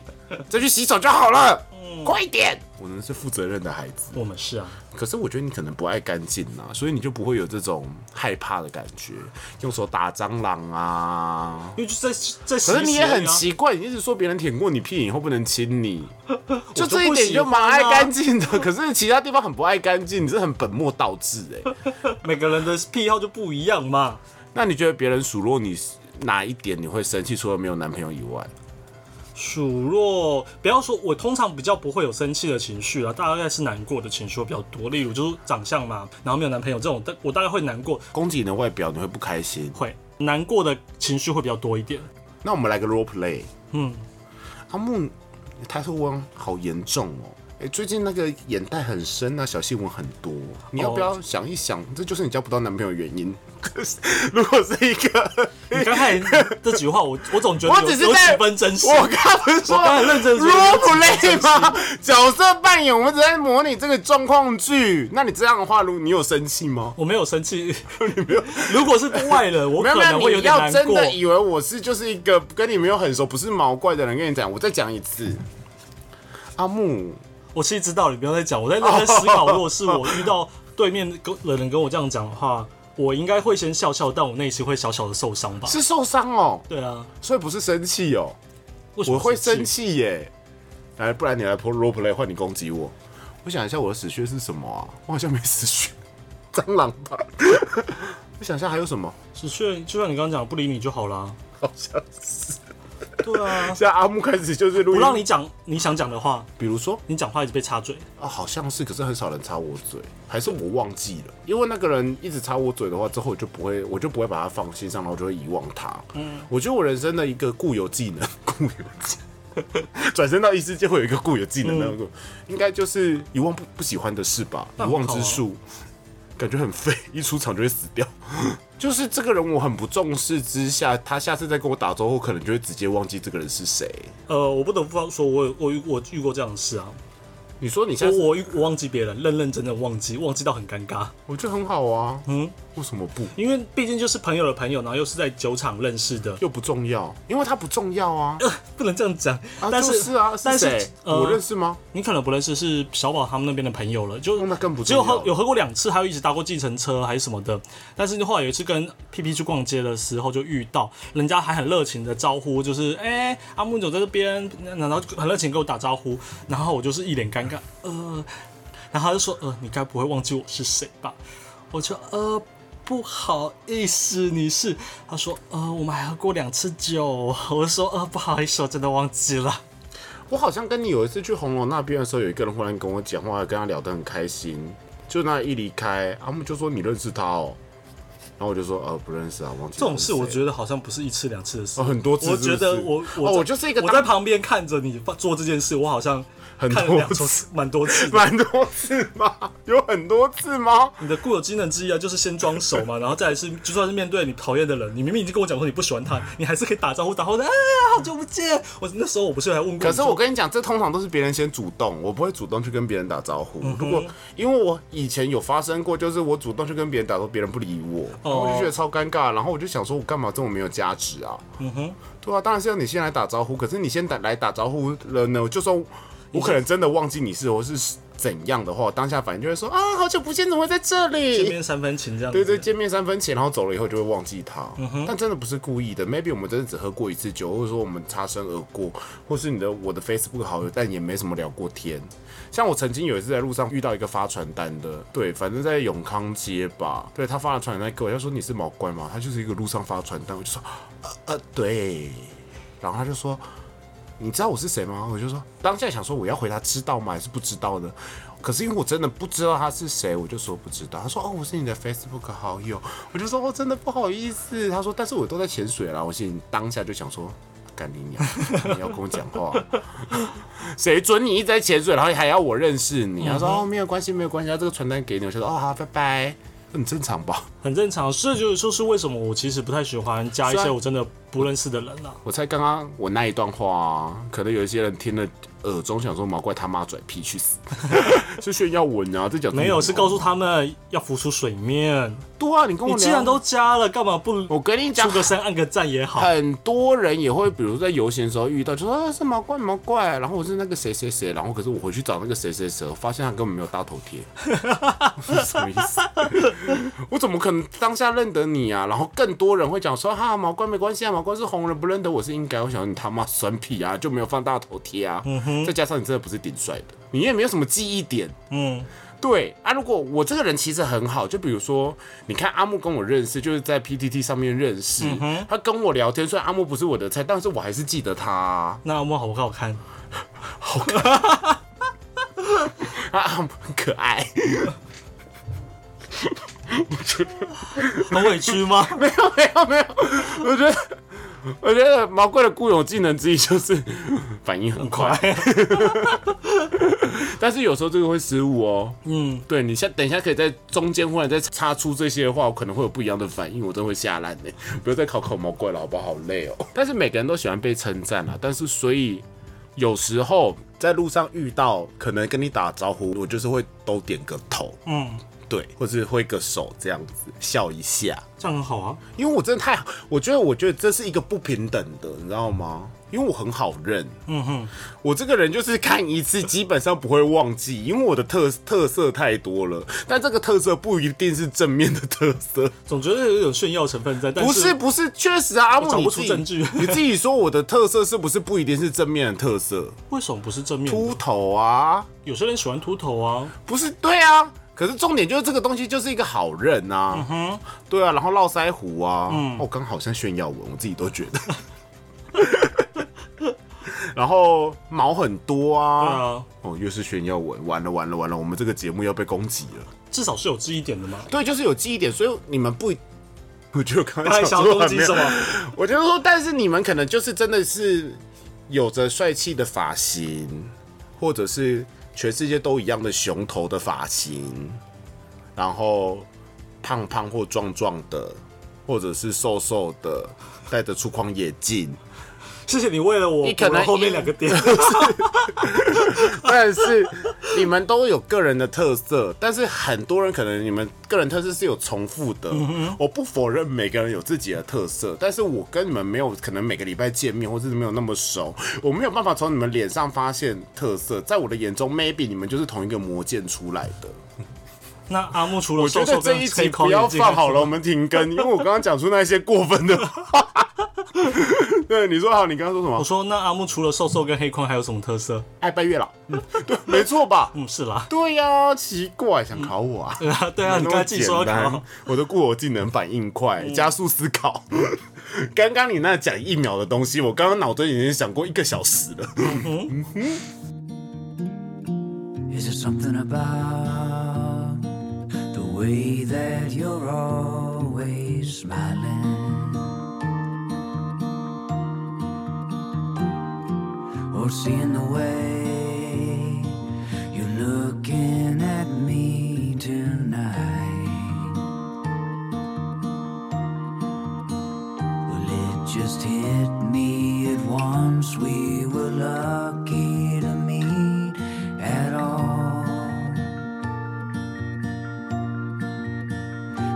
[SPEAKER 1] 再去洗手就好了，快一点。嗯我们是负责任的孩子，
[SPEAKER 2] 我们是啊，
[SPEAKER 1] 可是我觉得你可能不爱干净啊，所以你就不会有这种害怕的感觉，用手打蟑螂啊，
[SPEAKER 2] 因为就在在洗
[SPEAKER 1] 可是你
[SPEAKER 2] 洗
[SPEAKER 1] 也
[SPEAKER 2] 而已啊
[SPEAKER 1] 很奇怪，你一直说别人舔过你屁，以后不能亲 你，就
[SPEAKER 2] 就
[SPEAKER 1] 这一
[SPEAKER 2] 不
[SPEAKER 1] 点你
[SPEAKER 2] 喜
[SPEAKER 1] 就蛮
[SPEAKER 2] 欢
[SPEAKER 1] 爱
[SPEAKER 2] 啊
[SPEAKER 1] 干净的。可是其他地方很不爱干净，你是很本末倒置哎、
[SPEAKER 2] 每个人的癖好就不一样嘛。
[SPEAKER 1] 那你觉得别人数落你哪一点你会生气？除了没有男朋友以外，
[SPEAKER 2] 数落，不要说，我通常比较不会有生气的情绪啊，大概是难过的情绪会比较多。例如就是长相嘛，然后没有男朋友这种，但我大概会难过，
[SPEAKER 1] 攻击你的外表你会不开心。
[SPEAKER 2] 会难过的情绪会比较多一 点。
[SPEAKER 1] 那我们来个 role play。
[SPEAKER 2] 嗯，
[SPEAKER 1] 阿木，他说我好严重哦。哎、最近那个眼袋很深啊，小细纹很多。你要不要想一想？这就是你交不到男朋友的原因。如果是一个
[SPEAKER 2] 你刚才这句话我，我总觉
[SPEAKER 1] 我
[SPEAKER 2] 得有
[SPEAKER 1] 只是
[SPEAKER 2] 有
[SPEAKER 1] 在
[SPEAKER 2] 几分真实。
[SPEAKER 1] 我刚不是说
[SPEAKER 2] 我刚很认真地说
[SPEAKER 1] role play 吗？角色扮演，我们只在模拟这个状况剧。那你这样的话，如你有生气吗？
[SPEAKER 2] 我没有生气， 如果是外人，我
[SPEAKER 1] 没
[SPEAKER 2] 可
[SPEAKER 1] 有没
[SPEAKER 2] 能会
[SPEAKER 1] 有，
[SPEAKER 2] 有
[SPEAKER 1] 你
[SPEAKER 2] 点
[SPEAKER 1] 要
[SPEAKER 2] 难
[SPEAKER 1] 真
[SPEAKER 2] 过。
[SPEAKER 1] 的以为我是就是一个跟你没有很熟，不是毛怪的人，跟你讲，我再讲一次。阿木，
[SPEAKER 2] 我其实知道，你不要再讲，我在认真思考。如果是我遇到对面跟的人跟我这样讲的话，我应该会先笑笑，但我内心会小小的受伤吧。
[SPEAKER 1] 是受伤哦，
[SPEAKER 2] 对啊，
[SPEAKER 1] 所以不是生气哦。
[SPEAKER 2] 为什么
[SPEAKER 1] 我会生
[SPEAKER 2] 气
[SPEAKER 1] 气耶。来，不然你来 pro role play，换你攻击我。我想一下我的死穴是什么啊？我好像没死穴，蟑螂吧。 我想一下还有什么？
[SPEAKER 2] 只确就像你刚刚讲，不理你就好啦。
[SPEAKER 1] 好像是。
[SPEAKER 2] 对啊，
[SPEAKER 1] 现在阿木开始就是录
[SPEAKER 2] 不
[SPEAKER 1] 音，
[SPEAKER 2] 让你讲你想讲的话，
[SPEAKER 1] 比如说
[SPEAKER 2] 你讲话一直被插嘴。
[SPEAKER 1] 啊，好像是，可是很少人插我嘴，还是我忘记
[SPEAKER 2] 嗯
[SPEAKER 1] 了？因为那个人一直插我嘴的话，之后我就不会，我就不会把他放心上，然后就会遗忘他。嗯，我觉得我人生的一个固有技能， 固有技能，转身到异世界会有一个固有技
[SPEAKER 2] 嗯
[SPEAKER 1] 能，那个、应该就是遗忘不不喜欢的事吧，遗
[SPEAKER 2] 那很
[SPEAKER 1] 忘
[SPEAKER 2] 好
[SPEAKER 1] 之
[SPEAKER 2] 啊
[SPEAKER 1] 术。感觉很废，一出场就会死掉。 就是这个人我很不重视之下，他下次再跟我打招呼，可能就会直接忘记这个人是谁。
[SPEAKER 2] 呃，我不得不说，我有我遇我遇过这样的事啊，
[SPEAKER 1] 你说你下
[SPEAKER 2] 我
[SPEAKER 1] 次，
[SPEAKER 2] 我遇我忘记别人，认认真真忘记，忘记到很尴尬。
[SPEAKER 1] 我觉得很好啊，
[SPEAKER 2] 嗯，
[SPEAKER 1] 为什么不？
[SPEAKER 2] 因为毕竟就是朋友的朋友，然后又是在酒场认识的，
[SPEAKER 1] 又不重要，因为它不重要啊。
[SPEAKER 2] 不能这样讲。
[SPEAKER 1] 啊，
[SPEAKER 2] 呃但
[SPEAKER 1] 就是是啊，
[SPEAKER 2] 但
[SPEAKER 1] 谁
[SPEAKER 2] 是、呃
[SPEAKER 1] 我认识吗？
[SPEAKER 2] 你可能不认识，是小宝他们那边的朋友了，就
[SPEAKER 1] 哦那更不
[SPEAKER 2] 只
[SPEAKER 1] 重要
[SPEAKER 2] 有喝有喝过两次，还有一直搭过计程车还是什么的。但是后来有一次跟 P P 去逛街的时候，就遇到人家还很热情的招呼，就是哎、阿木总在这边，然后很热情跟我打招呼，然后我就是一脸尴尬，呃，然后他就说呃，你该不会忘记我是谁吧？我就呃。不好意思，你是？他说，呃，我们还喝过两次酒。我说，呃，不好意思，我真的忘记了。
[SPEAKER 1] 我好像跟你有一次去红楼那边的时候，有一个人忽然跟我讲话，跟他聊得很开心。就那一离开，阿木就说你认识他哦，然后我就说呃不认识啊，忘记
[SPEAKER 2] 这种事我
[SPEAKER 1] 得
[SPEAKER 2] 觉得好像不是一次两次的事，
[SPEAKER 1] 哦很多次
[SPEAKER 2] 我
[SPEAKER 1] 是不是
[SPEAKER 2] 觉得我我、
[SPEAKER 1] 哦我就是一个
[SPEAKER 2] 我在旁边看着你做这件事，我好像
[SPEAKER 1] 很
[SPEAKER 2] 看了
[SPEAKER 1] 多
[SPEAKER 2] 两
[SPEAKER 1] 次
[SPEAKER 2] 次，蛮多次的。
[SPEAKER 1] 蛮多次吗？有很多次吗？
[SPEAKER 2] 你的固有技能之一啊，就是先装熟嘛，然后再来是， 就算是面对你讨厌的人，你明明已经跟我讲说你不喜欢 他，你还是可以打招呼，打呼的，哎，好久不见。我那时候我不是还问过
[SPEAKER 1] 可
[SPEAKER 2] 你说，
[SPEAKER 1] 是我跟你讲，这通常都是别人先主动，我不会主动去跟别人打招呼。
[SPEAKER 2] 嗯
[SPEAKER 1] 如果因为我以前有发生过，就是我主动去跟别人打招呼，别人不理我，然
[SPEAKER 2] 哦
[SPEAKER 1] 后我就觉得超尴尬。然后我就想说，我干嘛这么没有价值啊？嗯哼，对啊，当然是要你先来打招呼。可是你先打来打招呼了呢，就算我可能真的忘记你是我是怎样的话，我当下反应就会说啊，好久不见，怎么会在这
[SPEAKER 2] 见
[SPEAKER 1] 里？
[SPEAKER 2] 面三分情这样子，
[SPEAKER 1] 对对，见面三分钱，然后走了以后就会忘记他。但真的不是故意的，maybe 我们真的只喝过一次酒，或者说我们擦身而过，或是你的我的 Facebook 好友，但也没什么聊过天。像我曾经有一次在路上遇到一个发传单的，对，反正在永康街吧，对他发了传单给我，他说你是毛怪吗？他就是一个路上发传单，我就说呃呃对，然后他就说你知道我是谁吗？我就说当下想说我要回答知道吗还是不知道呢？可是因为我真的不知道他是谁，我就说不知道。他说哦，我是你的 Facebook 好友，我就说哦，真的不好意思。他说但是我都在潜水啦。我心里当下就想说，干你娘，你要跟我讲话，谁准你一直在潜水，然后还要我认识你？他说哦，没有关系，没有关系，他这个传单给你，我就说哦好，拜拜。很正常吧？
[SPEAKER 2] 很正常。这就是就是为什么我其实不太喜欢加一
[SPEAKER 1] 虽
[SPEAKER 2] 些
[SPEAKER 1] 然
[SPEAKER 2] 我真的不认识的人啊。
[SPEAKER 1] 我猜刚刚我那一段话、啊，可能有一些人听了耳中想说毛怪他妈拽屁去死， 是炫耀文啊，这讲
[SPEAKER 2] 没有，是告诉
[SPEAKER 1] 他。
[SPEAKER 2] 他们要浮出水面。
[SPEAKER 1] 对啊，你跟我
[SPEAKER 2] 你既然
[SPEAKER 1] 聊
[SPEAKER 2] 都加了，干嘛不
[SPEAKER 1] 我跟你讲
[SPEAKER 2] 出，个声按个赞也好？
[SPEAKER 1] 很多人也会，比如在游行的时候遇到，就说啊是毛怪毛怪，然后我是那个谁谁谁，然后可是我回去找那个谁谁谁，我发现他根本没有大头贴， 什么意思？我怎么可能当下认得你啊？然后更多人会讲说哈、毛怪没关系啊，毛怪是红人不认得我是应该，我想说你他妈酸屁啊，就没有放大头贴啊，再加上你真的不是顶帅的，你也没有什么记忆点，
[SPEAKER 2] 嗯，
[SPEAKER 1] 对啊，如果我这个人其实很好，就比如说，你看阿木跟我认识，就是在 PTT 上面认识，他跟我聊天，虽然阿木不是我的菜，但是我还是记得他啊。
[SPEAKER 2] 那阿莫好不好看？
[SPEAKER 1] 啊阿木很可爱，
[SPEAKER 2] 很委屈吗？
[SPEAKER 1] 没有没有没有，我觉得我觉得毛怪的固有技能之一就是反应很快， 但是有时候这个会失误哦。
[SPEAKER 2] 嗯，
[SPEAKER 1] 对你下等一下可以在中间忽然再插出这些的话，我可能会有不一样的反应，我真会吓烂的。 不要再考考毛怪了，好不好？好累哦。 但是每个人都喜欢被称赞啊啦，但是所以有时候在路上遇到可能跟你打招呼，我就是会都点个头，
[SPEAKER 2] 嗯，
[SPEAKER 1] 对，或是挥个手这样子笑一下，
[SPEAKER 2] 这样很好啊。
[SPEAKER 1] 因为我真的太，我觉得我觉得这是一个不平等的，你知道吗？因为我很好认，
[SPEAKER 2] 嗯哼，
[SPEAKER 1] 我这个人就是看一次基本上不会忘记，因为我的特特色太多了。但这个特色不一定是正面的特色，
[SPEAKER 2] 总觉得有种炫耀成分在，但
[SPEAKER 1] 不是
[SPEAKER 2] 是
[SPEAKER 1] 不是，确实啊，阿
[SPEAKER 2] 我
[SPEAKER 1] 木
[SPEAKER 2] 找
[SPEAKER 1] 你
[SPEAKER 2] 不
[SPEAKER 1] 自
[SPEAKER 2] 出
[SPEAKER 1] 己
[SPEAKER 2] 证据
[SPEAKER 1] 你自己说我的特色是不是不一定是正面的特色？
[SPEAKER 2] 为什么不是正面
[SPEAKER 1] 秃
[SPEAKER 2] 的？
[SPEAKER 1] 头啊，
[SPEAKER 2] 有些人喜欢秃头啊，
[SPEAKER 1] 不是对啊。可是重点就是这个东西就是一个好人啊，对啊，然后络腮胡啊，
[SPEAKER 2] 嗯
[SPEAKER 1] 哦，刚好像炫耀文，我自己都觉得。 然后毛很多
[SPEAKER 2] 对啊，
[SPEAKER 1] 哦，又是炫耀文，完了完了完了，我们这个节目要被攻击了。
[SPEAKER 2] 至少是有记忆点的嘛。
[SPEAKER 1] 对，就是有记忆点，所以你们不一，我觉得我刚才
[SPEAKER 2] 他还
[SPEAKER 1] 讲
[SPEAKER 2] 想
[SPEAKER 1] 错
[SPEAKER 2] 攻
[SPEAKER 1] 了
[SPEAKER 2] 击
[SPEAKER 1] 没有
[SPEAKER 2] 什么？
[SPEAKER 1] 我就说，但是你们可能就是真的是有着帅气的发型，或者是全世界都一样的熊头的发型，然后胖胖或壮壮的，或者是瘦瘦的，戴着粗框眼镜，
[SPEAKER 2] 谢谢你为了我
[SPEAKER 1] 你可能
[SPEAKER 2] 补了后面两个点。
[SPEAKER 1] 但是你们都有个人的特色，但是很多人可能你们个人特色是有重复的。我不否认每个人有自己的特色，但是我跟你们没有可能每个礼拜见面，或者是没有那么熟，我没有办法从你们脸上发现特色。在我的眼中，maybe 你们就是同一个魔剑出来的。
[SPEAKER 2] 那阿木除了
[SPEAKER 1] 我觉
[SPEAKER 2] 瘦
[SPEAKER 1] 得
[SPEAKER 2] 瘦
[SPEAKER 1] 这
[SPEAKER 2] 跟
[SPEAKER 1] 一
[SPEAKER 2] 黑
[SPEAKER 1] 集
[SPEAKER 2] 框
[SPEAKER 1] 不要
[SPEAKER 2] 眼镜，
[SPEAKER 1] 放好了，我们停更，因为我刚刚讲出那些过分的话。 对，你说好，你刚刚说什
[SPEAKER 2] 我
[SPEAKER 1] 么？
[SPEAKER 2] 说那阿木除了瘦瘦跟黑框还有什么特色？
[SPEAKER 1] 爱拜月老，嗯 对，没错吧？
[SPEAKER 2] 嗯，是啦，
[SPEAKER 1] 对呀、奇怪，想考我啊？
[SPEAKER 2] 对啊，对啊，你刚才自己说要
[SPEAKER 1] 哪那
[SPEAKER 2] 考
[SPEAKER 1] 么简单， 我的固有技能反应快，
[SPEAKER 2] 嗯
[SPEAKER 1] 加速思考。 刚刚你那讲一秒的东西，我刚刚脑中已经想过一个小时了。
[SPEAKER 3] Is it something about the way that you're always smiling? Or seeing the way you're looking at me tonight? Well, it just hit me at once. We were lucky to meet at all.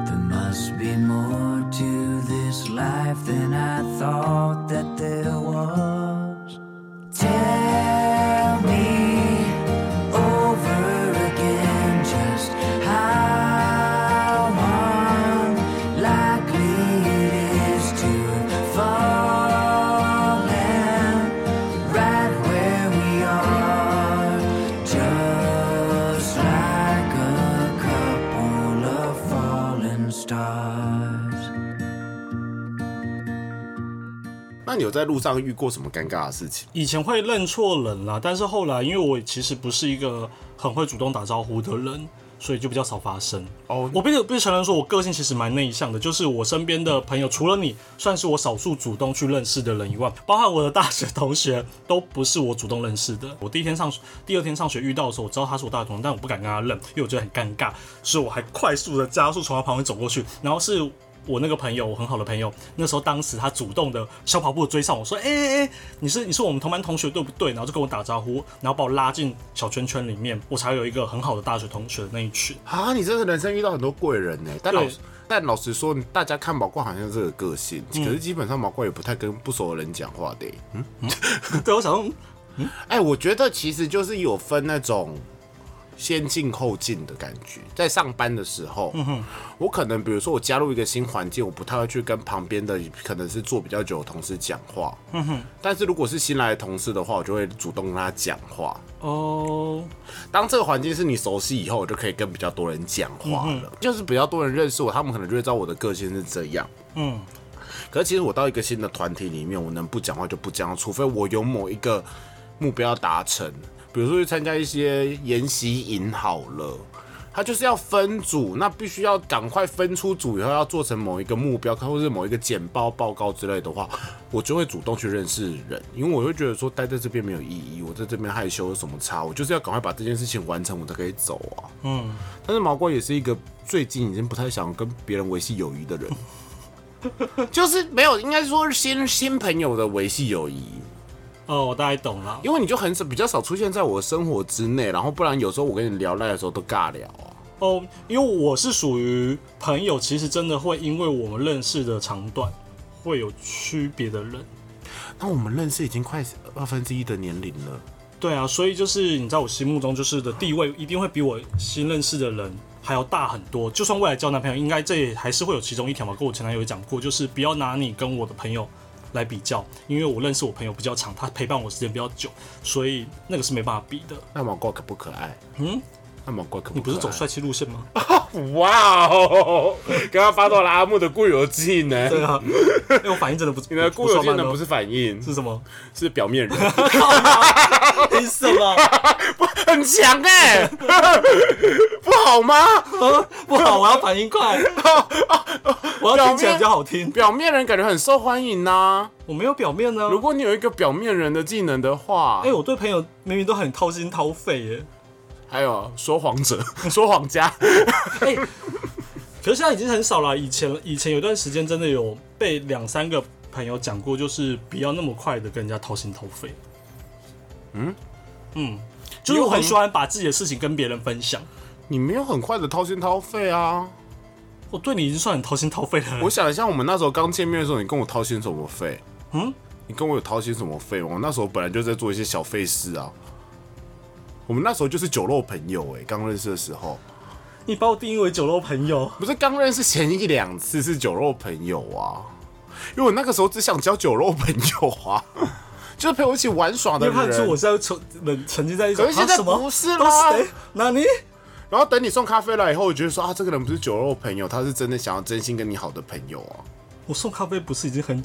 [SPEAKER 3] There must be more to this life than I thought that there was. Tell me over again just how unlikely it is to fall right where we are, just like a couple of falling stars.
[SPEAKER 1] 那你有在路上遇过什么尴尬的事情？
[SPEAKER 2] 以前会认错人啦，但是后来因为我其实不是一个很会主动打招呼的人，所以就比较少发生。
[SPEAKER 1] 哦
[SPEAKER 2] 我必须必须承认，说我个性其实蛮内向的，就是我身边的朋友，除了你，算是我少数主动去认识的人以外，包含我的大学同学，都不是我主动认识的。我第一天上学，第二天上学遇到的时候，我知道他是我大学同学，但我不敢跟他认，因为我觉得很尴尬，所以我还快速的加速从他旁边走过去，然后是。我那个朋友，我很好的朋友，那时候当时他主动的小跑步地追上我说：“哎哎哎，你是你是我们同班同学对不对？”然后就跟我打招呼，然后把我拉进小圈圈里面，我才有一个很好的大学同学的那一群。
[SPEAKER 1] 啊，你真的人生遇到很多贵人呢、但老
[SPEAKER 2] 对
[SPEAKER 1] 但老实说，大家看毛怪好像是这个个性，
[SPEAKER 2] 嗯
[SPEAKER 1] 可是基本上毛怪也不太跟不熟的人讲话的欸、
[SPEAKER 2] 对，我想说，嗯
[SPEAKER 1] 哎，我觉得其实就是有分那种先进后进的感觉。在上班的时候，我可能比如说我加入一个新环境，我不太会去跟旁边的可能是做比较久的同事讲话。但是如果是新来的同事的话，我就会主动跟他讲话。
[SPEAKER 2] 哦，
[SPEAKER 1] 当这个环境是你熟悉以后，我就可以跟比较多人讲话了。就是比较多人认识我，他们可能就会知道我的个性是这样。
[SPEAKER 2] 嗯，
[SPEAKER 1] 可是其实我到一个新的团体里面，我能不讲话就不讲话，除非我有某一个目标达成，比如说去参加一些研习营好了。他就是要分组，那必须要赶快分出组以后要做成某一个目标，或是某一个简报报告之类的话， 我就会主动去认识人，因为我会觉得说待在这边没有意义，我在这边害羞有什么差？我就是要赶快把这件事情完成，我才可以走啊。嗯，但是毛怪也是一个最近已经不太想跟别人维系友谊的人，就是没有，应该说是新新朋友的维系友谊，
[SPEAKER 2] 哦，我大概懂了。
[SPEAKER 1] 因为你就很少比较少出现在我的生活之内，然后不然有时候我跟你聊赖的时候都尬聊啊。
[SPEAKER 2] 哦，因为我是属于朋友，其实真的会因为我们认识的长短会有区别的人。
[SPEAKER 1] 那我们认识已经快呃二分之一的年龄了，
[SPEAKER 2] 对啊，所以就是你在我心目中就是的地位一定会比我新认识的人还要大很多。就算未来交男朋友，应该这也还是会有其中一条嘛。跟我前男友也讲过，就是不要拿你跟我的朋友来比较，因为我认识我朋友比较长，他陪伴我时间比较久，所以那个是没办法比的。
[SPEAKER 1] 那毛怪可不可爱？
[SPEAKER 2] 嗯，
[SPEAKER 1] 那毛怪可不可爱？
[SPEAKER 2] 你不是走帅气路线吗？
[SPEAKER 1] 哇哦！刚刚发到了阿木的固有技 能，
[SPEAKER 2] 对啊，因为我反应真的不，
[SPEAKER 1] 你的固有技
[SPEAKER 2] 慢
[SPEAKER 1] 能
[SPEAKER 2] 哦
[SPEAKER 1] 不是反应，
[SPEAKER 2] 是什 么？
[SPEAKER 1] 是表面人，
[SPEAKER 2] 凭什么？
[SPEAKER 1] 很强哎、 不好吗？
[SPEAKER 2] 不好，我要反应 快，我要听起来比较好听。
[SPEAKER 1] 表面人感觉很受欢迎呐、啊
[SPEAKER 2] 我没有表面呢。
[SPEAKER 1] 如果你有一个表面人的技能的话，
[SPEAKER 2] 哎、我对朋友明明都很掏心掏肺耶。
[SPEAKER 1] 还有说谎者、 说谎家，
[SPEAKER 2] 哎、可是现在已经很少了。啊以前以前有段时间真的有被两三个朋友讲过，就是不要那么快的跟人家掏心掏肺。嗯嗯，就是我很喜欢把自己的事情跟别人分享。
[SPEAKER 1] 你没有很快的掏心掏肺啊！
[SPEAKER 2] 我对你已经算很掏心掏肺的人
[SPEAKER 1] 我，想一下，我们那时候刚见面的时候，你跟我掏心什么肺？
[SPEAKER 2] 嗯，
[SPEAKER 1] 你跟我有掏心什么肺吗？我那时候本来就在做一些小费事啊。我们那时候就是酒肉朋友哎、刚认识的时候，
[SPEAKER 2] 你把我定义为酒肉朋友。
[SPEAKER 1] 不是刚认识前一两次是酒肉朋友啊，因为我那个时候只想交酒肉朋友啊， 就是陪我一起玩耍
[SPEAKER 2] 你
[SPEAKER 1] 的
[SPEAKER 2] 有看出
[SPEAKER 1] 人
[SPEAKER 2] 我。现在沉人沉浸在一种
[SPEAKER 1] 可是现在
[SPEAKER 2] 啊什么
[SPEAKER 1] 不是啦
[SPEAKER 2] 都谁？那你
[SPEAKER 1] 然后等你送咖啡来以后，我觉得说啊，这个人不是酒肉朋友，他是真的想要真心跟你好的朋友啊。
[SPEAKER 2] 我送咖啡不是已经很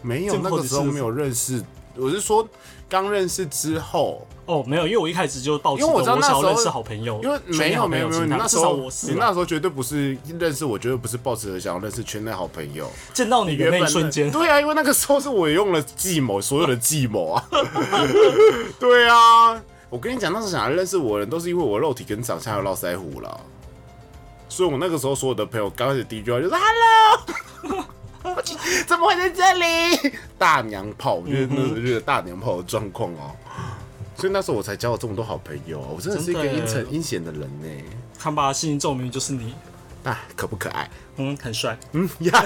[SPEAKER 1] 没有，
[SPEAKER 2] 见
[SPEAKER 1] 那
[SPEAKER 2] 过
[SPEAKER 1] 个
[SPEAKER 2] 几
[SPEAKER 1] 时候
[SPEAKER 2] 次
[SPEAKER 1] 没有认识，我是说刚认识之后，
[SPEAKER 2] 哦没有，因为我一开始就抱持
[SPEAKER 1] 因
[SPEAKER 2] 着
[SPEAKER 1] 为我知道那
[SPEAKER 2] 想要
[SPEAKER 1] 时候
[SPEAKER 2] 认识好朋友，
[SPEAKER 1] 因为
[SPEAKER 2] 圈
[SPEAKER 1] 没
[SPEAKER 2] 内
[SPEAKER 1] 有
[SPEAKER 2] 好朋
[SPEAKER 1] 没有
[SPEAKER 2] 友
[SPEAKER 1] 没有，
[SPEAKER 2] 心
[SPEAKER 1] 你
[SPEAKER 2] 态
[SPEAKER 1] 那时
[SPEAKER 2] 至少
[SPEAKER 1] 候
[SPEAKER 2] 我是啊
[SPEAKER 1] 你
[SPEAKER 2] 啦
[SPEAKER 1] 那时候绝对不是认识我，绝对不是抱持着想要认识圈内好朋友。
[SPEAKER 2] 见到你的那一瞬间，
[SPEAKER 1] 对啊，因为那个时候是我用了计谋，所有的计 谋啊。对啊，我跟你讲，那时候想要认识我的人，都是因为我肉体跟长相还有络腮胡啦。所以我那个时候所有的朋友刚开始第一句话就是 “hello”，怎么会在这里？大娘炮，我觉得那时候就是大娘炮的状况哦。所以那时候我才交了这么多好朋友啊！我真的是一个
[SPEAKER 2] 真的耶
[SPEAKER 1] 阴沉阴险的人呢、
[SPEAKER 2] 看吧，心中明明就是你，
[SPEAKER 1] 啊，可不可爱？
[SPEAKER 2] 嗯，很 帅。
[SPEAKER 1] 嗯呀，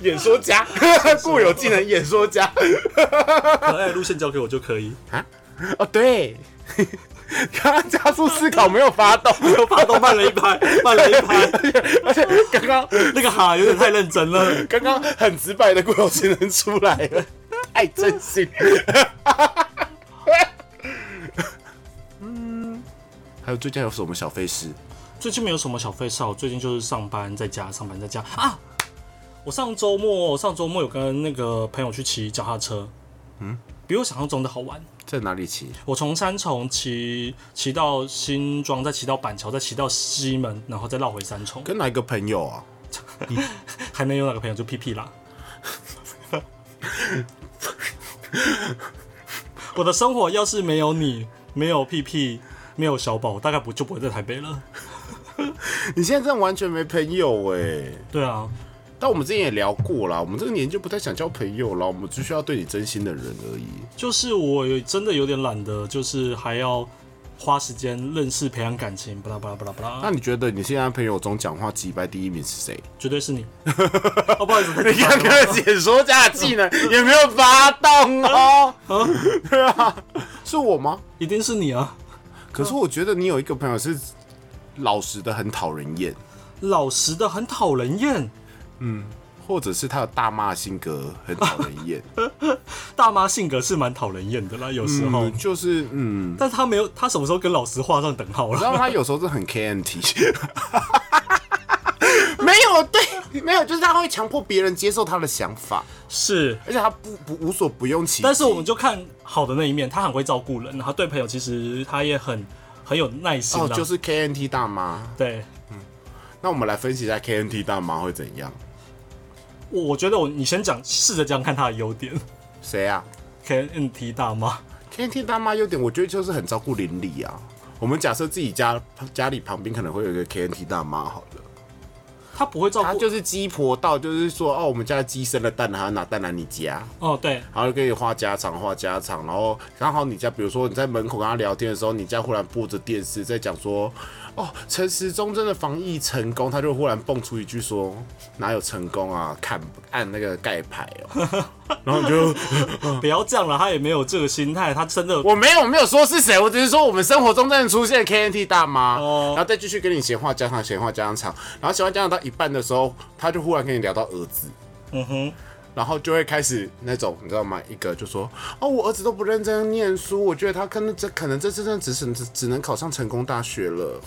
[SPEAKER 1] 演说家， 固有技能，演说家。
[SPEAKER 2] 可哎爱的路线交给我就可以。
[SPEAKER 1] 啊？哦，对， 刚刚加速思考没有发 动，没有
[SPEAKER 2] 发动慢了一拍，慢了一拍，
[SPEAKER 1] 而且刚刚
[SPEAKER 2] 那个哈有点太认真了。
[SPEAKER 1] 刚刚很直白的固有技能出来 了，太真 心。嗯还有最近还有什么小费事？
[SPEAKER 2] 最近没有什么小费事啊，我最近就是上班在家，上班在家啊。我上周末上周末有跟那个朋友去骑脚踏车，嗯，比我想象中的好玩。
[SPEAKER 1] 在哪里骑？
[SPEAKER 2] 我从三重骑骑到新庄，再骑到板桥，再骑到西门，然后再绕回三重。
[SPEAKER 1] 跟哪一个朋友啊？
[SPEAKER 2] 还能有哪个朋友就屁屁啦？我的生活要是没有你，没有屁屁，没有小宝，我大概不就不会在台北了。
[SPEAKER 1] 你现在真的完全没朋友哎、
[SPEAKER 2] 对啊，
[SPEAKER 1] 但我们之前也聊过啦，我们这个年纪不太想交朋友啦，我们只需要对你真心的人而已。
[SPEAKER 2] 就是我有真的有点懒得，就是还要花时间认识、培养感情，巴拉巴拉巴拉巴
[SPEAKER 1] 那
[SPEAKER 2] 拉，
[SPEAKER 1] 你觉得你现在朋友中讲话击败第一名是谁？
[SPEAKER 2] 绝对是你。哦，不好意思，太
[SPEAKER 1] 你
[SPEAKER 2] 紧张
[SPEAKER 1] 看
[SPEAKER 2] 了
[SPEAKER 1] 看解说家的 技能也没有发动哦。 对啊，嗯是我吗？
[SPEAKER 2] 一定是你啊！
[SPEAKER 1] 可是我觉得你有一个朋友是老实的，很讨人厌，
[SPEAKER 2] 老实的很讨人厌，
[SPEAKER 1] 或者是他的大骂性格很讨人 厌。
[SPEAKER 2] 大妈性格是蛮讨人厌的啦，有时候。
[SPEAKER 1] 嗯，就是嗯，
[SPEAKER 2] 但他没有，他什么时候跟老实画上等号了？
[SPEAKER 1] 然后他有时候是很 KMT。没有对，没有，就是他会强迫别人接受他的想法，
[SPEAKER 2] 是，
[SPEAKER 1] 而且他不不无所不用其极。
[SPEAKER 2] 但是我们就看好的那一面，他很会照顾人，然后对朋友其实他也很很有耐心
[SPEAKER 1] 哦，
[SPEAKER 2] 啦。
[SPEAKER 1] 就是 KNT 大妈。
[SPEAKER 2] 对，
[SPEAKER 1] 那我们来分析一下 KNT 大妈会怎样？
[SPEAKER 2] 我我觉得我你先讲，试着讲看他的优点。
[SPEAKER 1] 谁啊
[SPEAKER 2] KNT 大妈，
[SPEAKER 1] ？KNT 大妈优点，我觉得就是很照顾邻里啊。我们假设自己家家里旁边可能会有一个 KNT 大妈好了，
[SPEAKER 2] 他不会照
[SPEAKER 1] 她
[SPEAKER 2] 顾。
[SPEAKER 1] 就是鸡婆到，就是说哦，我们家的鸡生了蛋，还要拿蛋来你家，
[SPEAKER 2] 哦，对，
[SPEAKER 1] 然后就跟你话家常话家常，然后刚好你家，比如说你在门口跟她聊天的时候，你家忽然播着电视在讲说，哦，陈时中真的防疫成功，她就忽然蹦出一句说，哪有成功啊，看按那个盖牌哦，然后你就。
[SPEAKER 2] 不要这样了，他也没有这个心态，他真的
[SPEAKER 1] 我没有我没有说是谁，我只是说我们生活中真的出现 KNT 大妈，
[SPEAKER 2] 哦
[SPEAKER 1] 然后再继续跟你闲话家常，闲话家常，然后闲话家常到一半的时候，他就忽然跟你聊到儿子。
[SPEAKER 2] 嗯哼，
[SPEAKER 1] 然后就会开始那种，你知道吗？一个就说，哦，我儿子都不认真念书，我觉得他可能这可能这真的只是只只能考上成功大学了，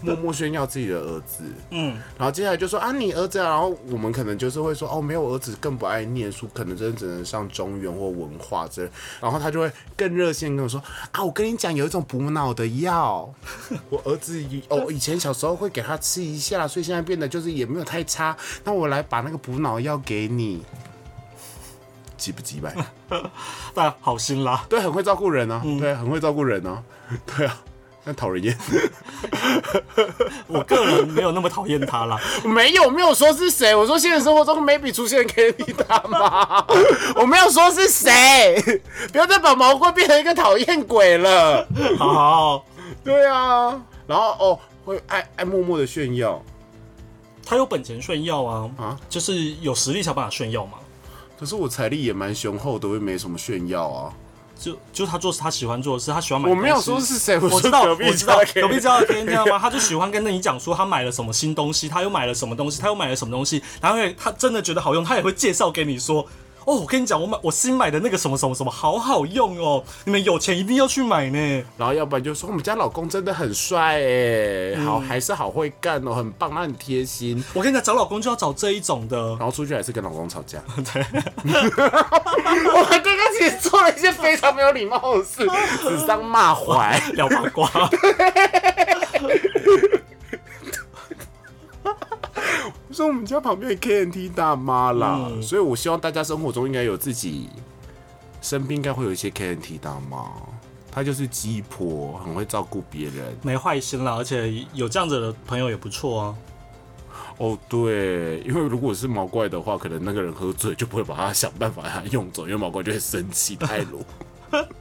[SPEAKER 1] 默默炫耀自己的儿子。嗯，然后接下来就说啊，你儿子啊，然后我们可能就是会说，哦，没有，我儿子更不爱念书，可能真的只能上中原或文化之类。然后他就会更热线跟我说，啊，我跟你讲，有一种补脑的药，我儿子以哦以前小时候会给他吃一下，所以现在变得就是也没有太差。那我来把那个补脑药给你，急不急吧？
[SPEAKER 2] 但好心啦。
[SPEAKER 1] 对，很会照顾人啊，对，很会照顾人啊， 对啊，那讨人厌。
[SPEAKER 2] 我个人没有那么讨厌他啦。
[SPEAKER 1] 没有，没有说是谁，我说现实生活中 maybe 出现 k t 大妈， 我没有说是谁， 不要再把毛怪变成一个讨厌鬼了。
[SPEAKER 2] 好好，
[SPEAKER 1] 对啊，然后哦，会爱爱默默的炫耀，
[SPEAKER 2] 他有本钱炫耀啊，
[SPEAKER 1] 啊
[SPEAKER 2] 就是有实力才办法炫耀嘛。
[SPEAKER 1] 可是我财力也蛮雄厚的，我也没什么炫耀啊。
[SPEAKER 2] 就就他做他喜欢做的事，他喜欢买。
[SPEAKER 1] 我没有说是。谁，
[SPEAKER 2] 我
[SPEAKER 1] 我
[SPEAKER 2] 知
[SPEAKER 1] 说
[SPEAKER 2] 道，
[SPEAKER 1] 隔
[SPEAKER 2] 我
[SPEAKER 1] 壁
[SPEAKER 2] 知道
[SPEAKER 1] 家，
[SPEAKER 2] 隔壁家的天天吗？他就喜欢跟你讲说他买了什么新东西，他又买了什么东西，他又买了什么东西，然后他真的觉得好用，他也会介绍给你说。哦，我跟你讲，我买我新买的那个什么什么什么，好好用哦！你们有钱一定要去买呢。
[SPEAKER 1] 然后要不然就说我们家老公真的很帅哎、
[SPEAKER 2] 嗯
[SPEAKER 1] 好还是好会干哦，很棒，他很贴心。
[SPEAKER 2] 我跟你讲，找老公就要找这一种的。
[SPEAKER 1] 然后出去还是跟老公吵 架。我们刚刚其实做了一些非常没有礼貌的 事，指桑骂槐。
[SPEAKER 2] 聊八卦，
[SPEAKER 1] 是我们家旁边的 KNT 大妈啦，所以我希望大家生活中应该有自己身边应该会有一些 KNT 大妈，她就是鸡婆，很会照顾别人。
[SPEAKER 2] 没坏心啦，而且有这样子的朋友也不错啊。
[SPEAKER 1] 哦，对，因为如果是毛怪的话，可能那个人喝醉就不会把他想办法把他用走，因为毛怪就会生气太鲁。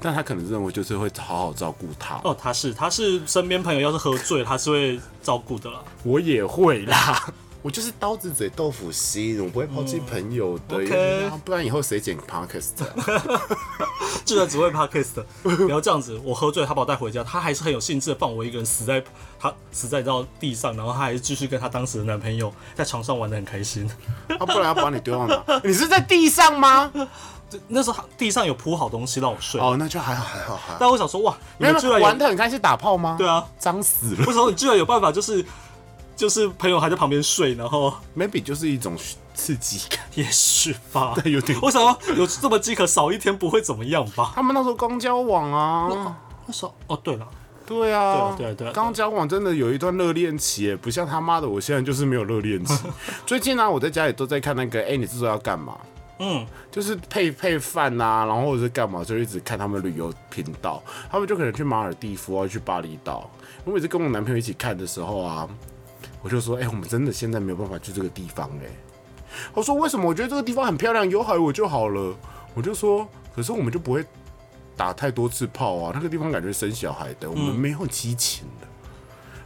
[SPEAKER 1] 但他可能认为就是会好好照顾他。
[SPEAKER 2] 哦，他是他是身边朋友要是喝醉，他是会照顾的啦。
[SPEAKER 1] 我也会啦。 我就是刀子嘴豆腐心，我不会抛弃朋友的，
[SPEAKER 2] OK
[SPEAKER 1] 因为不然以后谁剪 podcast？啊
[SPEAKER 2] 记者只会 podcast，的不要这样子。我喝醉，他把我带回家，他还是很有兴致的放我一个人死在他死在到地上，然后他还是继续跟他当时的男朋友在床上玩的很开心。
[SPEAKER 1] 啊，不然要把你丢到哪？ 你是在地上吗？
[SPEAKER 2] 这那时候他地上有铺好东西让我睡，
[SPEAKER 1] 哦，那就还好，还好， 还好。
[SPEAKER 2] 但我想说哇，你
[SPEAKER 1] 没
[SPEAKER 2] 们居
[SPEAKER 1] 有
[SPEAKER 2] 然
[SPEAKER 1] 玩的
[SPEAKER 2] 有
[SPEAKER 1] 很开心，打炮吗？
[SPEAKER 2] 对，啊，
[SPEAKER 1] 脏死了。
[SPEAKER 2] 为什么你居然有办法就是就是朋友还在旁边睡，然后
[SPEAKER 1] maybe 就是一种刺激感。
[SPEAKER 2] 也是吧，
[SPEAKER 1] 对有点
[SPEAKER 2] 我想说有这么饥渴，少一天不会怎么样吧？
[SPEAKER 1] 他们那时候刚交往啊，
[SPEAKER 2] 那时候哦，对了，
[SPEAKER 1] 对
[SPEAKER 2] 对啊
[SPEAKER 1] 啊，
[SPEAKER 2] 对啊对啊
[SPEAKER 1] 刚交往真的有一段热恋期耶，不像他妈的，我现在就是没有热恋 期。最近啊呢、我在家里都在看那个，哎、你这周要干嘛？
[SPEAKER 2] 嗯，
[SPEAKER 1] 就是配配饭呐、然后或者是干嘛，就一直看他们旅游频道，他们就可能去马尔蒂夫啊，去巴厘岛。我每次跟我男朋友一起看的时候啊，我就说，哎、我们真的现在没有办法去这个地方哎、我说为什么？我觉得这个地方很漂亮，有海我就好了。我就说，可是我们就不会打太多次炮啊，那个地方感觉生小孩
[SPEAKER 2] 嗯
[SPEAKER 1] 的，我们没有激情的。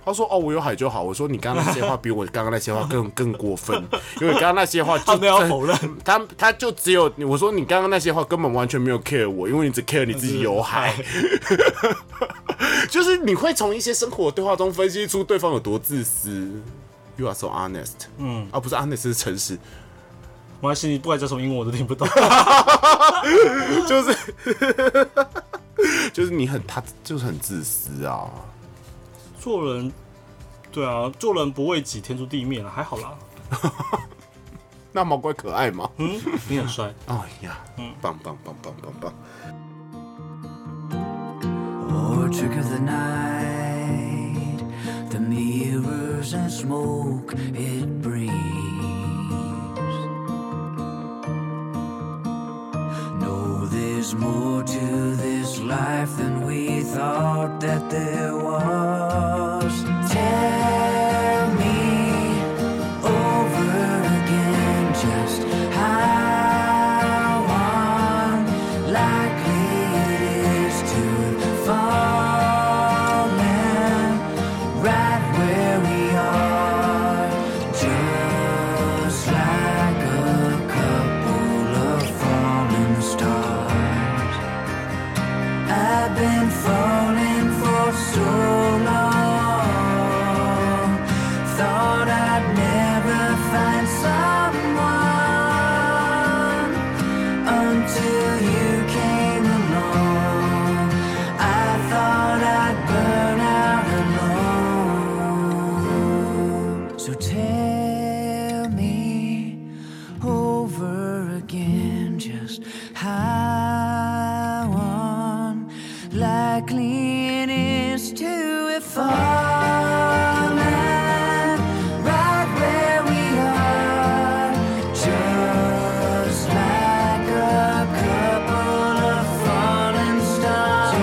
[SPEAKER 1] 他说：“哦，我有海就好。”我说：“你刚刚那些话比我刚刚那些话更更过分，因为刚刚那些话 就
[SPEAKER 2] 他没有否认，
[SPEAKER 1] 他他就只有我说你刚刚那些话根本完全没有 care 我，因为你只 care 你自己 有海， 就是你会从一些生活对话中分析出对方有多自私。You are so honest，嗯，啊，不是 honest 是诚实，
[SPEAKER 2] 我还是你不管讲什么英文我都听不 懂。
[SPEAKER 1] 就是 就是你很他就是很自私啊。
[SPEAKER 2] 做人，对啊，做人不为己，天诛地灭了，还好 啦。
[SPEAKER 1] 那毛怪可爱吗？
[SPEAKER 2] 嗯，你很帅，
[SPEAKER 1] 哎呀，棒棒棒棒棒棒！
[SPEAKER 3] or trick of the night. The mirrors and smoke it brings. No, there's more to this life than we thought that there was. Tell me over again just how unlikely it is to fall in right where we are, just like a couple of falling stars. I've been falling for so long. Thought I'd never find someone until you came along. I thought I'd burn out alone. So tell me over again just how unlikely it is to fall in right where we are, just like a couple of falling stars,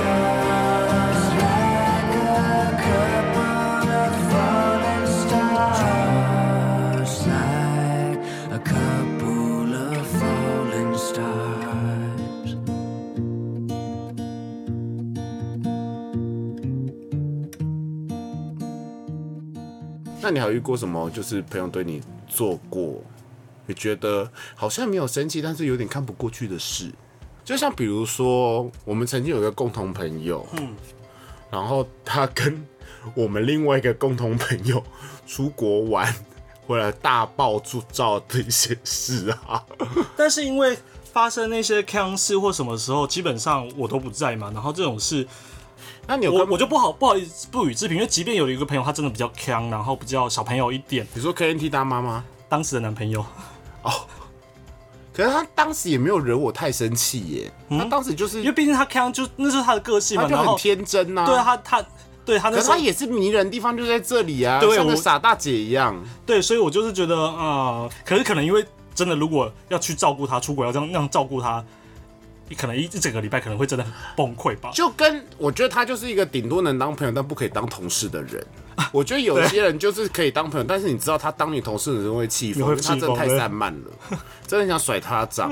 [SPEAKER 3] just like a couple of falling stars, just like a couple of falling stars.
[SPEAKER 1] 那你还有遇过什么？就是朋友对你做过，你觉得好像没有生气，但是有点看不过去的事？就像比如说，我们曾经有一个共同朋友，嗯，然后他跟我们另外一个共同朋友出国玩，回来大爆出照的一些事啊。
[SPEAKER 2] 但是因为发生那些腔事或什么时候，基本上我都不在嘛。然后这种事，
[SPEAKER 1] 那你有
[SPEAKER 2] 我
[SPEAKER 1] 跟
[SPEAKER 2] 我就不好不好意思不予置评，因为即便有一个朋友，他真的比较腔，然后比较小朋友一点，
[SPEAKER 1] 你说 KNT 大妈吗？
[SPEAKER 2] 当时的男朋 友，
[SPEAKER 1] 可是他当时也没有惹我太生气耶，他当时就是
[SPEAKER 2] 嗯因为毕竟他腔就那就是他的个性嘛。
[SPEAKER 1] 他就
[SPEAKER 2] 然
[SPEAKER 1] 很
[SPEAKER 2] 后
[SPEAKER 1] 天真呐、
[SPEAKER 2] 对啊，他他对他那
[SPEAKER 1] 可
[SPEAKER 2] 时
[SPEAKER 1] 是
[SPEAKER 2] 候
[SPEAKER 1] 他也是迷人的地方就在这里啊，
[SPEAKER 2] 对
[SPEAKER 1] 像个
[SPEAKER 2] 我
[SPEAKER 1] 傻大姐一样。
[SPEAKER 2] 对，所以我就是觉得啊、呃可是可能因为真的，如果要去照顾他，出国要这样那样照顾他，可能一一整个礼拜可能会真的很崩溃吧。
[SPEAKER 1] 就跟我觉得他就是一个顶多能当朋友，但不可以当同事的 人。我觉得有些人就是可以当朋友，但是你知道他当你同事的时候会气疯，
[SPEAKER 2] 你
[SPEAKER 1] 因
[SPEAKER 2] 会
[SPEAKER 1] 为他真的
[SPEAKER 2] 气疯
[SPEAKER 1] 太
[SPEAKER 2] 对
[SPEAKER 1] 散漫了，真的很想甩他掌。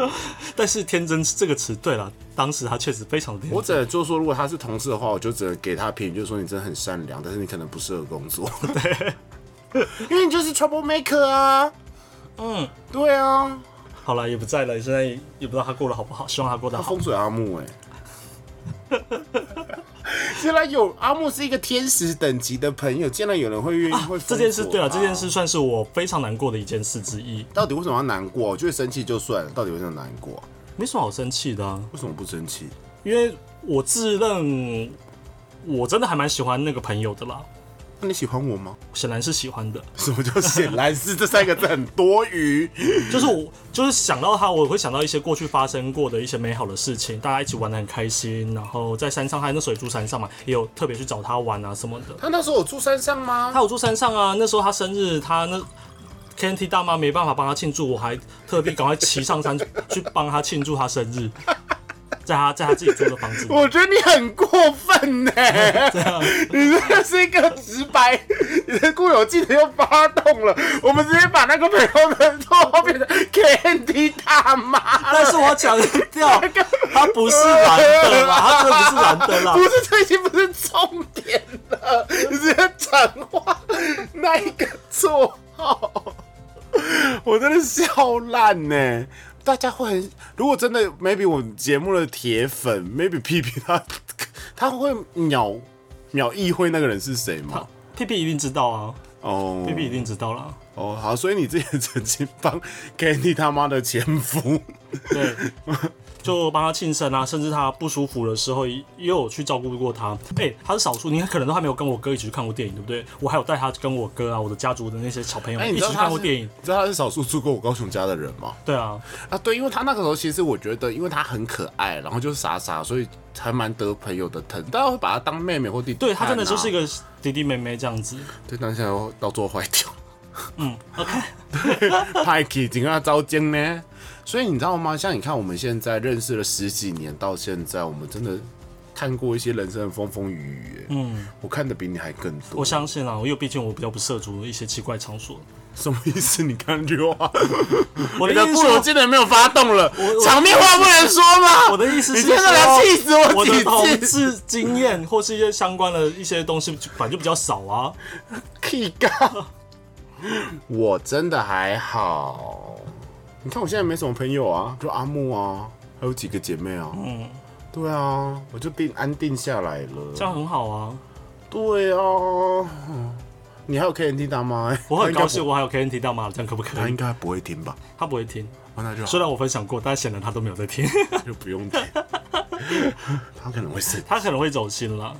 [SPEAKER 2] 但是天真这个词，对了，当时他确实非常的天
[SPEAKER 1] 我
[SPEAKER 2] 真。
[SPEAKER 1] 只能就说，如果他是同事的话，我就只能给他评语，就是说你真的很善良，但是你可能不适合工作。 因为你就是 trouble maker 啊。
[SPEAKER 2] 嗯，
[SPEAKER 1] 对啊，
[SPEAKER 2] 好了，也不在了，现在也不知道他过得好不好，希望他过得
[SPEAKER 1] 他
[SPEAKER 2] 好
[SPEAKER 1] 风。水阿木 哎、竟然有阿木是一个天使等级的朋友，竟然有人会愿意、会
[SPEAKER 2] 啊这件事
[SPEAKER 1] 封锁
[SPEAKER 2] 对了，
[SPEAKER 1] 他
[SPEAKER 2] 这件事算是我非常难过的一件事之一，
[SPEAKER 1] 到底为什么要难过？我觉得生气就算了，到底为什么难过啊、
[SPEAKER 2] 没什么好生气的、啊，
[SPEAKER 1] 为什么不生气？
[SPEAKER 2] 因为我自认我真的还蛮喜欢那个朋友的啦。
[SPEAKER 1] 那你喜欢我吗？
[SPEAKER 2] 显然是喜欢的。
[SPEAKER 1] 什么叫显然是这三个字很多余？
[SPEAKER 2] 就是我就是想到他，我会想到一些过去发生过的一些美好的事情，大家一起玩的很开心。然后在山上，他那时候也住山上嘛，也有特别去找他玩啊什么的。
[SPEAKER 1] 他那时候有住山上吗？
[SPEAKER 2] 他有住山上啊，那时候他生日，他那 KNT 大妈没办法帮他庆祝，我还特地赶快骑上山 去帮他庆祝他生日，在他在他自己住的房子里。
[SPEAKER 1] 我觉得你很过分呢、 你这是一个直白，你的固有技能又发动了。我们直接把那个朋友的后变成 KND 大妈了，
[SPEAKER 2] 但是我强调， 他不是蓝的啦，他真的不是蓝的啦
[SPEAKER 1] 不。是，这已经不是重点了，你直接转化那一个绰号，我真的笑烂呢、大家会很，如果真的 maybe 我们节目的铁粉 maybe 屁屁他，他会秒秒意会那个人是谁吗？
[SPEAKER 2] 屁屁一定知道啊，
[SPEAKER 1] 哦
[SPEAKER 2] 屁屁一定知道啦。
[SPEAKER 1] 哦，好，所以你之前曾经帮 Candy 他妈的前夫，
[SPEAKER 2] 对，就帮他庆生啊，甚至他不舒服的时候也也有去照顾过他。哎、他是少数，你可能都还没有跟我哥一起去看过电影，对不对？我还有带他跟我哥啊，我的家族的那些小朋友
[SPEAKER 1] 哎、
[SPEAKER 2] 们
[SPEAKER 1] 你
[SPEAKER 2] 一起
[SPEAKER 1] 知道
[SPEAKER 2] 去
[SPEAKER 1] 他
[SPEAKER 2] 看
[SPEAKER 1] 是
[SPEAKER 2] 过电影。
[SPEAKER 1] 你知道他是少数住过我高雄家的人吗？
[SPEAKER 2] 对啊，
[SPEAKER 1] 啊，对，因为他那个时候其实我觉得，因为他很可爱，然后就是傻傻，所以还蛮得朋友的疼，大家会把他当妹妹或弟弟、啊
[SPEAKER 2] 对他真的就是一
[SPEAKER 1] 个，
[SPEAKER 2] 个弟弟妹妹这样子。
[SPEAKER 1] 对，但现在到做坏掉，
[SPEAKER 2] 嗯，OK，
[SPEAKER 1] 派克怎样招奸啊呢？所以你知道吗？像你看，我们现在认识了十几年，到现在，我们真的看过一些人生的风风雨雨。嗯，我看的比你还更多。
[SPEAKER 2] 我相信啊，因为毕竟我比较不涉足一些奇怪场 所。
[SPEAKER 1] 什么意思？你看溜啊！
[SPEAKER 2] 我的
[SPEAKER 1] 你
[SPEAKER 2] 意思是
[SPEAKER 1] 的固有
[SPEAKER 2] 说，
[SPEAKER 1] 技能没有发动了
[SPEAKER 2] 我，
[SPEAKER 1] 场面话不能说吗？
[SPEAKER 2] 我的意思是
[SPEAKER 1] 你真的要气死
[SPEAKER 2] 我
[SPEAKER 1] 我
[SPEAKER 2] 的同
[SPEAKER 1] 几次？
[SPEAKER 2] 志经验或是一些相关的一些东西，反正就比较少啊。
[SPEAKER 1] 屁尬，我真的还好。你看我现在没什么朋友啊，就阿木啊，还有几个姐妹啊。嗯，对啊，我就定安定下来
[SPEAKER 2] 这
[SPEAKER 1] 了。
[SPEAKER 2] 样很好啊，
[SPEAKER 1] 对啊，嗯你还有 KNT 大妈、欸，
[SPEAKER 2] 我很高兴，
[SPEAKER 1] 她应哎
[SPEAKER 2] 我还有 KNT 大妈，这样可不可
[SPEAKER 1] 该不，他
[SPEAKER 2] 以
[SPEAKER 1] 应？该不会听吧？
[SPEAKER 2] 他不会听，
[SPEAKER 1] 哦，那就
[SPEAKER 2] 虽
[SPEAKER 1] 好，
[SPEAKER 2] 然我分享过，但显然他都没有在听，
[SPEAKER 1] 就不用听。他可能会生
[SPEAKER 2] 他可能会走心了。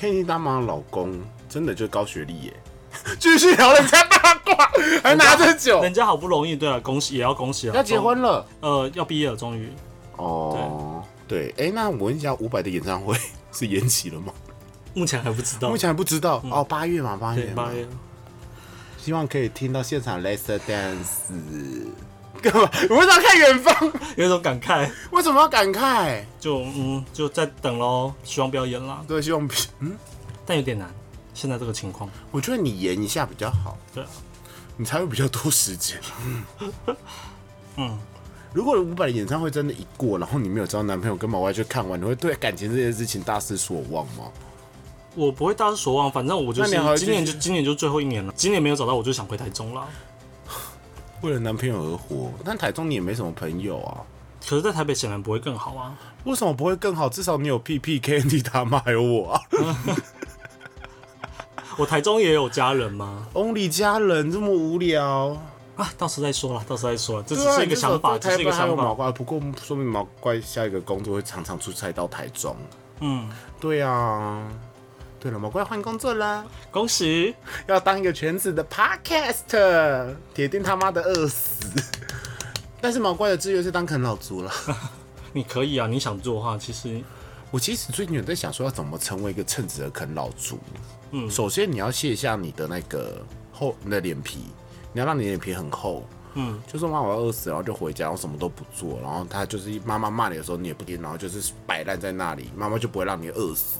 [SPEAKER 1] KNT 大妈的老公真的就是高学历耶、继续聊人家八卦，还拿着酒，
[SPEAKER 2] 人家好不容易，对啊，恭喜也要恭喜啊，
[SPEAKER 1] 要结婚了。
[SPEAKER 2] 终，呃，要毕业了，终于。
[SPEAKER 1] 哦，对，哎、那我问一下，伍佰的演唱会 是延期了吗？
[SPEAKER 2] 目前还不知道，
[SPEAKER 1] 目前还不知道。哦，八月嘛，八
[SPEAKER 2] 对
[SPEAKER 1] 月嘛
[SPEAKER 2] 八，月，
[SPEAKER 1] 希望可以听到现场 Let's Dance。干嘛？你为什么要看远方？
[SPEAKER 2] 有一种感慨，
[SPEAKER 1] 为什么要感慨？
[SPEAKER 2] 就嗯，就在等喽，希望不要演啦，
[SPEAKER 1] 对，希望不 嗯，
[SPEAKER 2] 但有点难，现在这个情况，
[SPEAKER 1] 我觉得你延一下比较好，
[SPEAKER 2] 对啊，
[SPEAKER 1] 你才会比较多时 间。
[SPEAKER 2] 嗯，
[SPEAKER 1] 如果伍佰的演唱会真的一过，然后你没有找男朋友跟妈妈去看完，你会对感情这件事情大失所望吗？
[SPEAKER 2] 我不会大失所望，反正我就
[SPEAKER 1] 那你还会
[SPEAKER 2] 是
[SPEAKER 1] 继
[SPEAKER 2] 今
[SPEAKER 1] 续
[SPEAKER 2] 年就今年就最后一年了，今年没有找到我就想回台中了。
[SPEAKER 1] 为了男朋友而活，但台中你也没什么朋友啊。
[SPEAKER 2] 可是，在台北显然不会更好啊！
[SPEAKER 1] 为什么不会更好？至少你有 P P K N D 大妈还有我啊
[SPEAKER 2] 我台中也有家人嘛，
[SPEAKER 1] ，Only 家人这么无聊，
[SPEAKER 2] 啊，到时再说了，到时再说了，这
[SPEAKER 1] 啊
[SPEAKER 2] 只是一个想法，
[SPEAKER 1] 至
[SPEAKER 2] 只
[SPEAKER 1] 少在
[SPEAKER 2] 是
[SPEAKER 1] 台
[SPEAKER 2] 一个
[SPEAKER 1] 北还有
[SPEAKER 2] 想
[SPEAKER 1] 毛
[SPEAKER 2] 法。
[SPEAKER 1] 怪，不过说明毛怪下一个工作会常常出差到台中。
[SPEAKER 2] 嗯，
[SPEAKER 1] 对啊，对了，毛怪换工作啦，
[SPEAKER 2] 恭喜！
[SPEAKER 1] 要当一个全职的 Podcast，铁定他妈的饿死。 但是毛怪的志愿是当啃老族了。
[SPEAKER 2] 你可以啊，你想做的话，其实
[SPEAKER 1] 我其实最近有在想说，要怎么成为一个称职的啃老族。嗯，首先你要卸下你的那个厚你的脸皮，你要让你的脸皮很厚。嗯，就说妈我要饿死了，然后就回家，然后什么都不做，然后他就是妈妈骂你的时候你也不听，然后就是摆烂在那里，妈妈就不会让你饿死。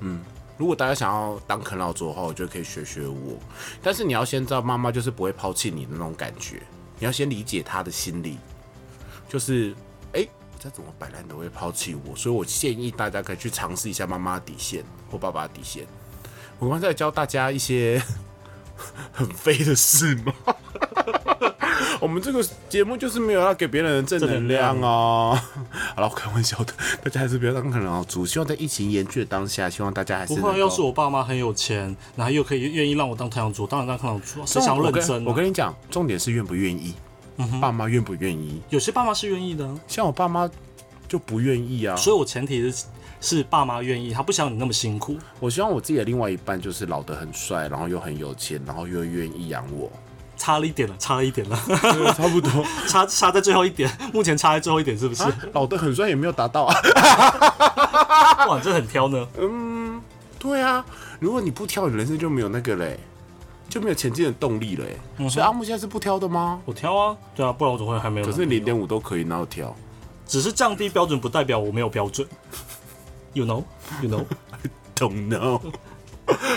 [SPEAKER 2] 嗯
[SPEAKER 1] 如果大家想要当啃老族的话，我觉得可以学学我，但是你要先知道妈妈就是不会抛弃你的那种感觉，你要先理解她的心理，就是哎、诶再怎么摆烂都会抛弃我，所以我建议大家可以去尝试一下妈妈的底线或爸爸的底线。我刚才教大家一些 很飞的事吗？ 我们这个节目就是没有要给别人的正能量哦。 好了，我开玩笑的，大家还是不要当啃老族。希望在疫情严峻的当下，希望大家还是
[SPEAKER 2] 不
[SPEAKER 1] 能
[SPEAKER 2] 会。要
[SPEAKER 1] 够
[SPEAKER 2] 是我爸妈很有钱，然后又可以愿意让我当太阳族，当然当太阳族啊，谁想要认真、
[SPEAKER 1] 我跟？我
[SPEAKER 2] 啊？嗯
[SPEAKER 1] 跟你讲，重点是愿不愿意，爸妈愿不愿意。
[SPEAKER 2] 有些爸妈是愿意的啊，
[SPEAKER 1] 像我爸妈，就不愿意啊。
[SPEAKER 2] 所以我前提是是爸妈愿意，他不想你那么辛苦。
[SPEAKER 1] 我希望我自己的另外一半就是老得很帅，然后又很有钱，然后又愿意养 我。
[SPEAKER 2] 差了一点了，差了一点了，
[SPEAKER 1] 对差不多，
[SPEAKER 2] 差差在最后一点，目前差在最后一点 是不是？
[SPEAKER 1] 老得很帅也没有达到啊。
[SPEAKER 2] 哇，这很挑呢。
[SPEAKER 1] 对啊，如果你不挑，你人生就没有那个嘞，就没有前进的动力嘞。
[SPEAKER 2] 嗯
[SPEAKER 1] 所以阿木现在是不挑的吗？
[SPEAKER 2] 我挑啊，对啊，不然我怎么会还没有
[SPEAKER 1] 可
[SPEAKER 2] 呢？
[SPEAKER 1] 是零点五都可以，哪有挑？
[SPEAKER 2] 只是降低标准，不代表我没有标准。You know, you know，
[SPEAKER 1] don't know 。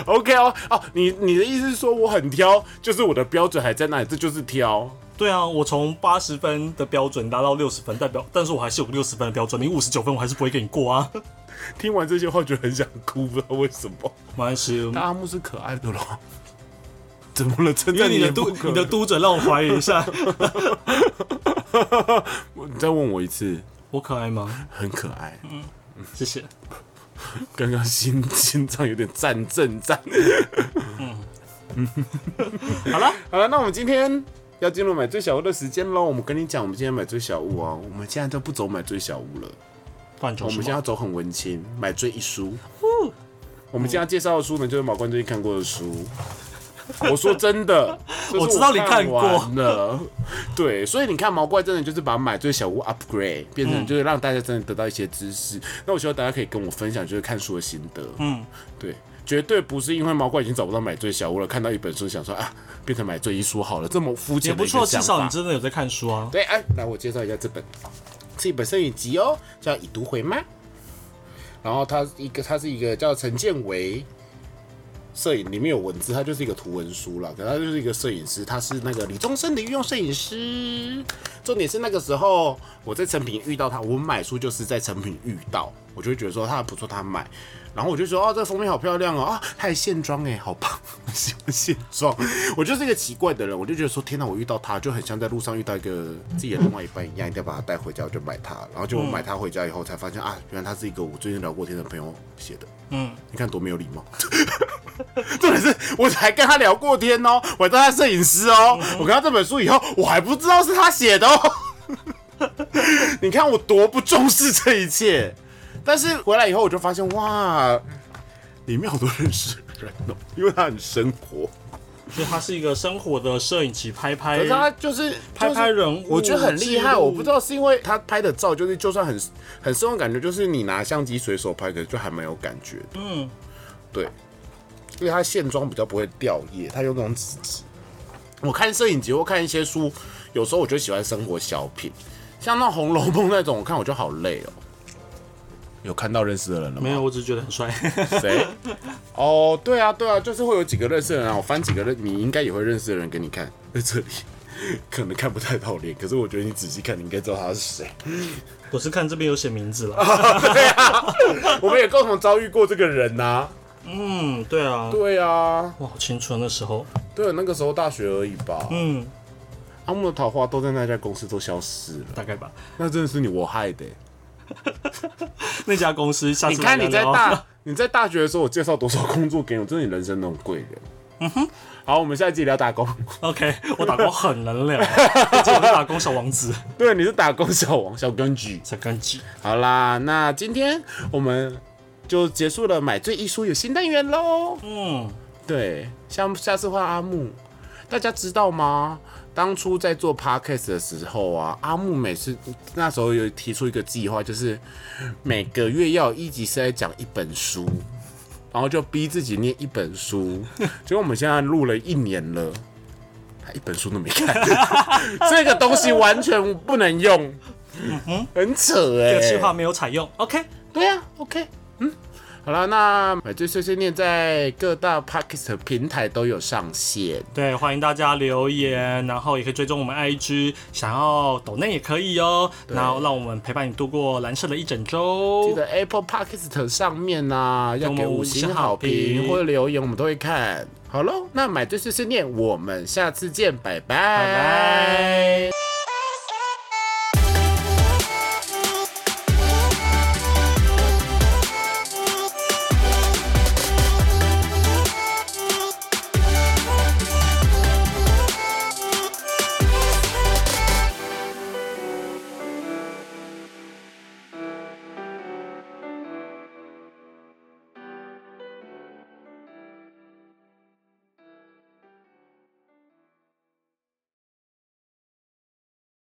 [SPEAKER 1] OK 哦哦，你你的意思是说我很挑，就是我的标准还在那里，这就是挑。
[SPEAKER 2] 对啊，我从八十分的标准达到六十分，代表，但是我还是有六十分的标准，你五十九分我还是不会给你过啊。
[SPEAKER 1] 听完这些话，觉得很想哭，不知道为什么。
[SPEAKER 2] 没关系，
[SPEAKER 1] 但阿木是可爱的咯。 怎么了？称
[SPEAKER 2] 因为
[SPEAKER 1] 赞
[SPEAKER 2] 你的
[SPEAKER 1] 也不
[SPEAKER 2] 嘟
[SPEAKER 1] 可
[SPEAKER 2] 你的嘟嘴让我怀疑一下，
[SPEAKER 1] 你再问我一次，
[SPEAKER 2] 我可爱吗？
[SPEAKER 1] 很可爱。
[SPEAKER 2] 谢谢。
[SPEAKER 1] 刚刚心心脏有点战震战。
[SPEAKER 2] 好了，
[SPEAKER 1] 好了，那我们今天要进入买最小物的时间喽。我们跟你讲，我们今天买最小物哦，我们现在都不走买最小物了，
[SPEAKER 2] 不然就
[SPEAKER 1] 我
[SPEAKER 2] 是
[SPEAKER 1] 们
[SPEAKER 2] 嘛
[SPEAKER 1] 现在要走很文青，买最一书。我们今天要介绍的书呢，就是毛冠最近看过的书。我说真的，这是
[SPEAKER 2] 我知道你看过
[SPEAKER 1] 完了，对，所以你看毛怪真的就是把买最小屋 upgrade
[SPEAKER 2] 嗯
[SPEAKER 1] 变成就是让大家真的得到一些知识。那我希望大家可以跟我分享，就是看书的心得。嗯，对，绝对不是因为毛怪已经找不到买最小屋了，看到一本书想说啊，变成买最一书好了，这么肤
[SPEAKER 2] 也
[SPEAKER 1] 浅的
[SPEAKER 2] 不
[SPEAKER 1] 一
[SPEAKER 2] 错，
[SPEAKER 1] 个
[SPEAKER 2] 至
[SPEAKER 1] 想
[SPEAKER 2] 少你
[SPEAKER 1] 法。
[SPEAKER 2] 真的有在看书啊。
[SPEAKER 1] 对，哎，来我介绍一下这本，是一本摄影集哦，叫《以毒回妈》。然后它一个，它是一个叫陈建维摄影，里面有文字，它就是一个图文书啦。可它就是一个摄影师，他是那个李宗盛的御用摄影师。重点是那个时候我在成品遇到他，我买书就是在成品遇到，我就会觉得说他不错，他买。然后我就说哦，这封面好漂亮哦，啊，他还现装哎，好棒，我喜欢现装。我就是一个奇怪的人，我就觉得说天哪，我遇到他就很像在路上遇到一个自己的另外一半一样，一定要把他带回家，我就买它。然后就我买它回家以后才发现啊，原来他是一个我最近聊过天的朋友写的。嗯，你看多没有礼貌。 重点是，我才跟他聊过天哦，我还当他摄影师哦。我看到这本书以后，我还不知道是他写的哦。 你看我多不重视这一切，但是回来以后我就发现，哇，里面好多认识的人哦，因为他很生活，
[SPEAKER 2] 所以它是一个生活的摄影集，拍拍
[SPEAKER 1] 可是他就是
[SPEAKER 2] 拍拍人物
[SPEAKER 1] 就是我觉得很厉害。
[SPEAKER 2] 记录
[SPEAKER 1] 我不知道是因为他拍的照，就是就算很很生活感觉，就是你拿相机随手拍，可是就还蛮有感觉的。嗯，对，因为他线装比较不会掉页，他有那种纸质。我看摄影集或看一些书，有时候我就喜欢生活小品，像那《红楼梦》那种，我看我就好累哦。有看到认识的人了吗？
[SPEAKER 2] 没有，我只是觉得很帅。
[SPEAKER 1] 谁？哦，对啊，对啊，就是会有几个认识的人啊，我翻几个认，你应该也会认识的人给你看， 在这里可能看不太到脸，可是我觉得你仔细看，你应该知道他是谁。
[SPEAKER 2] 我是看这边有写名字 了。
[SPEAKER 1] 对啊，我们也共同遭遇过这个人呐、
[SPEAKER 2] 嗯，对啊，
[SPEAKER 1] 对啊，
[SPEAKER 2] 哇，好青春的时候。
[SPEAKER 1] 对，啊那个时候大学而已吧。
[SPEAKER 2] 嗯，
[SPEAKER 1] 阿木的桃花都在那家公司都消失了，
[SPEAKER 2] 大概吧。
[SPEAKER 1] 那真的是你我害的欸、
[SPEAKER 2] 那家公司下次
[SPEAKER 1] 你看
[SPEAKER 2] 来
[SPEAKER 1] 你在
[SPEAKER 2] 聊聊
[SPEAKER 1] 大你在大学的时候，我介绍多少工作给你，我真的你人生那种贵人。好，我们下一集聊打工。
[SPEAKER 2] OK，我打工很能 聊，而且我是打工小王 子，
[SPEAKER 1] 对，你是打工小王小根据。
[SPEAKER 2] 才干净。
[SPEAKER 1] 好啦，那今天我们就结束了买醉一书有新单元喽。
[SPEAKER 2] 嗯，
[SPEAKER 1] 对，下下次换阿木，大家知道吗？当初在做 podcast 的时候啊，阿木每次那时候有提出一个计划，就是每个月要有一集是在讲一本书，然后就逼自己念一 本书。结果我们现在录了一年了，还一本书都没看， 这个东西完全不能用，很扯哎、
[SPEAKER 2] 这个计划没嗯有采用。OK，啊
[SPEAKER 1] 对呀、o k 嗯，好了，那买醉碎碎念在各大 p o c k e t 平台都有上线。
[SPEAKER 2] 对，欢迎大家留言，然后也可以追踪我们 IG，想要抖内也可以哦。然后让我们陪伴你度过蓝色的一整
[SPEAKER 1] 记
[SPEAKER 2] 周。
[SPEAKER 1] 得 Apple Podcast 上面呢、要给
[SPEAKER 2] 给我们
[SPEAKER 1] 五
[SPEAKER 2] 五
[SPEAKER 1] 星
[SPEAKER 2] 星
[SPEAKER 1] 好
[SPEAKER 2] 好
[SPEAKER 1] 评
[SPEAKER 2] 评
[SPEAKER 1] 或者留言，我们都会看。好喽，那买醉碎碎念，我们下次见，拜拜
[SPEAKER 2] 拜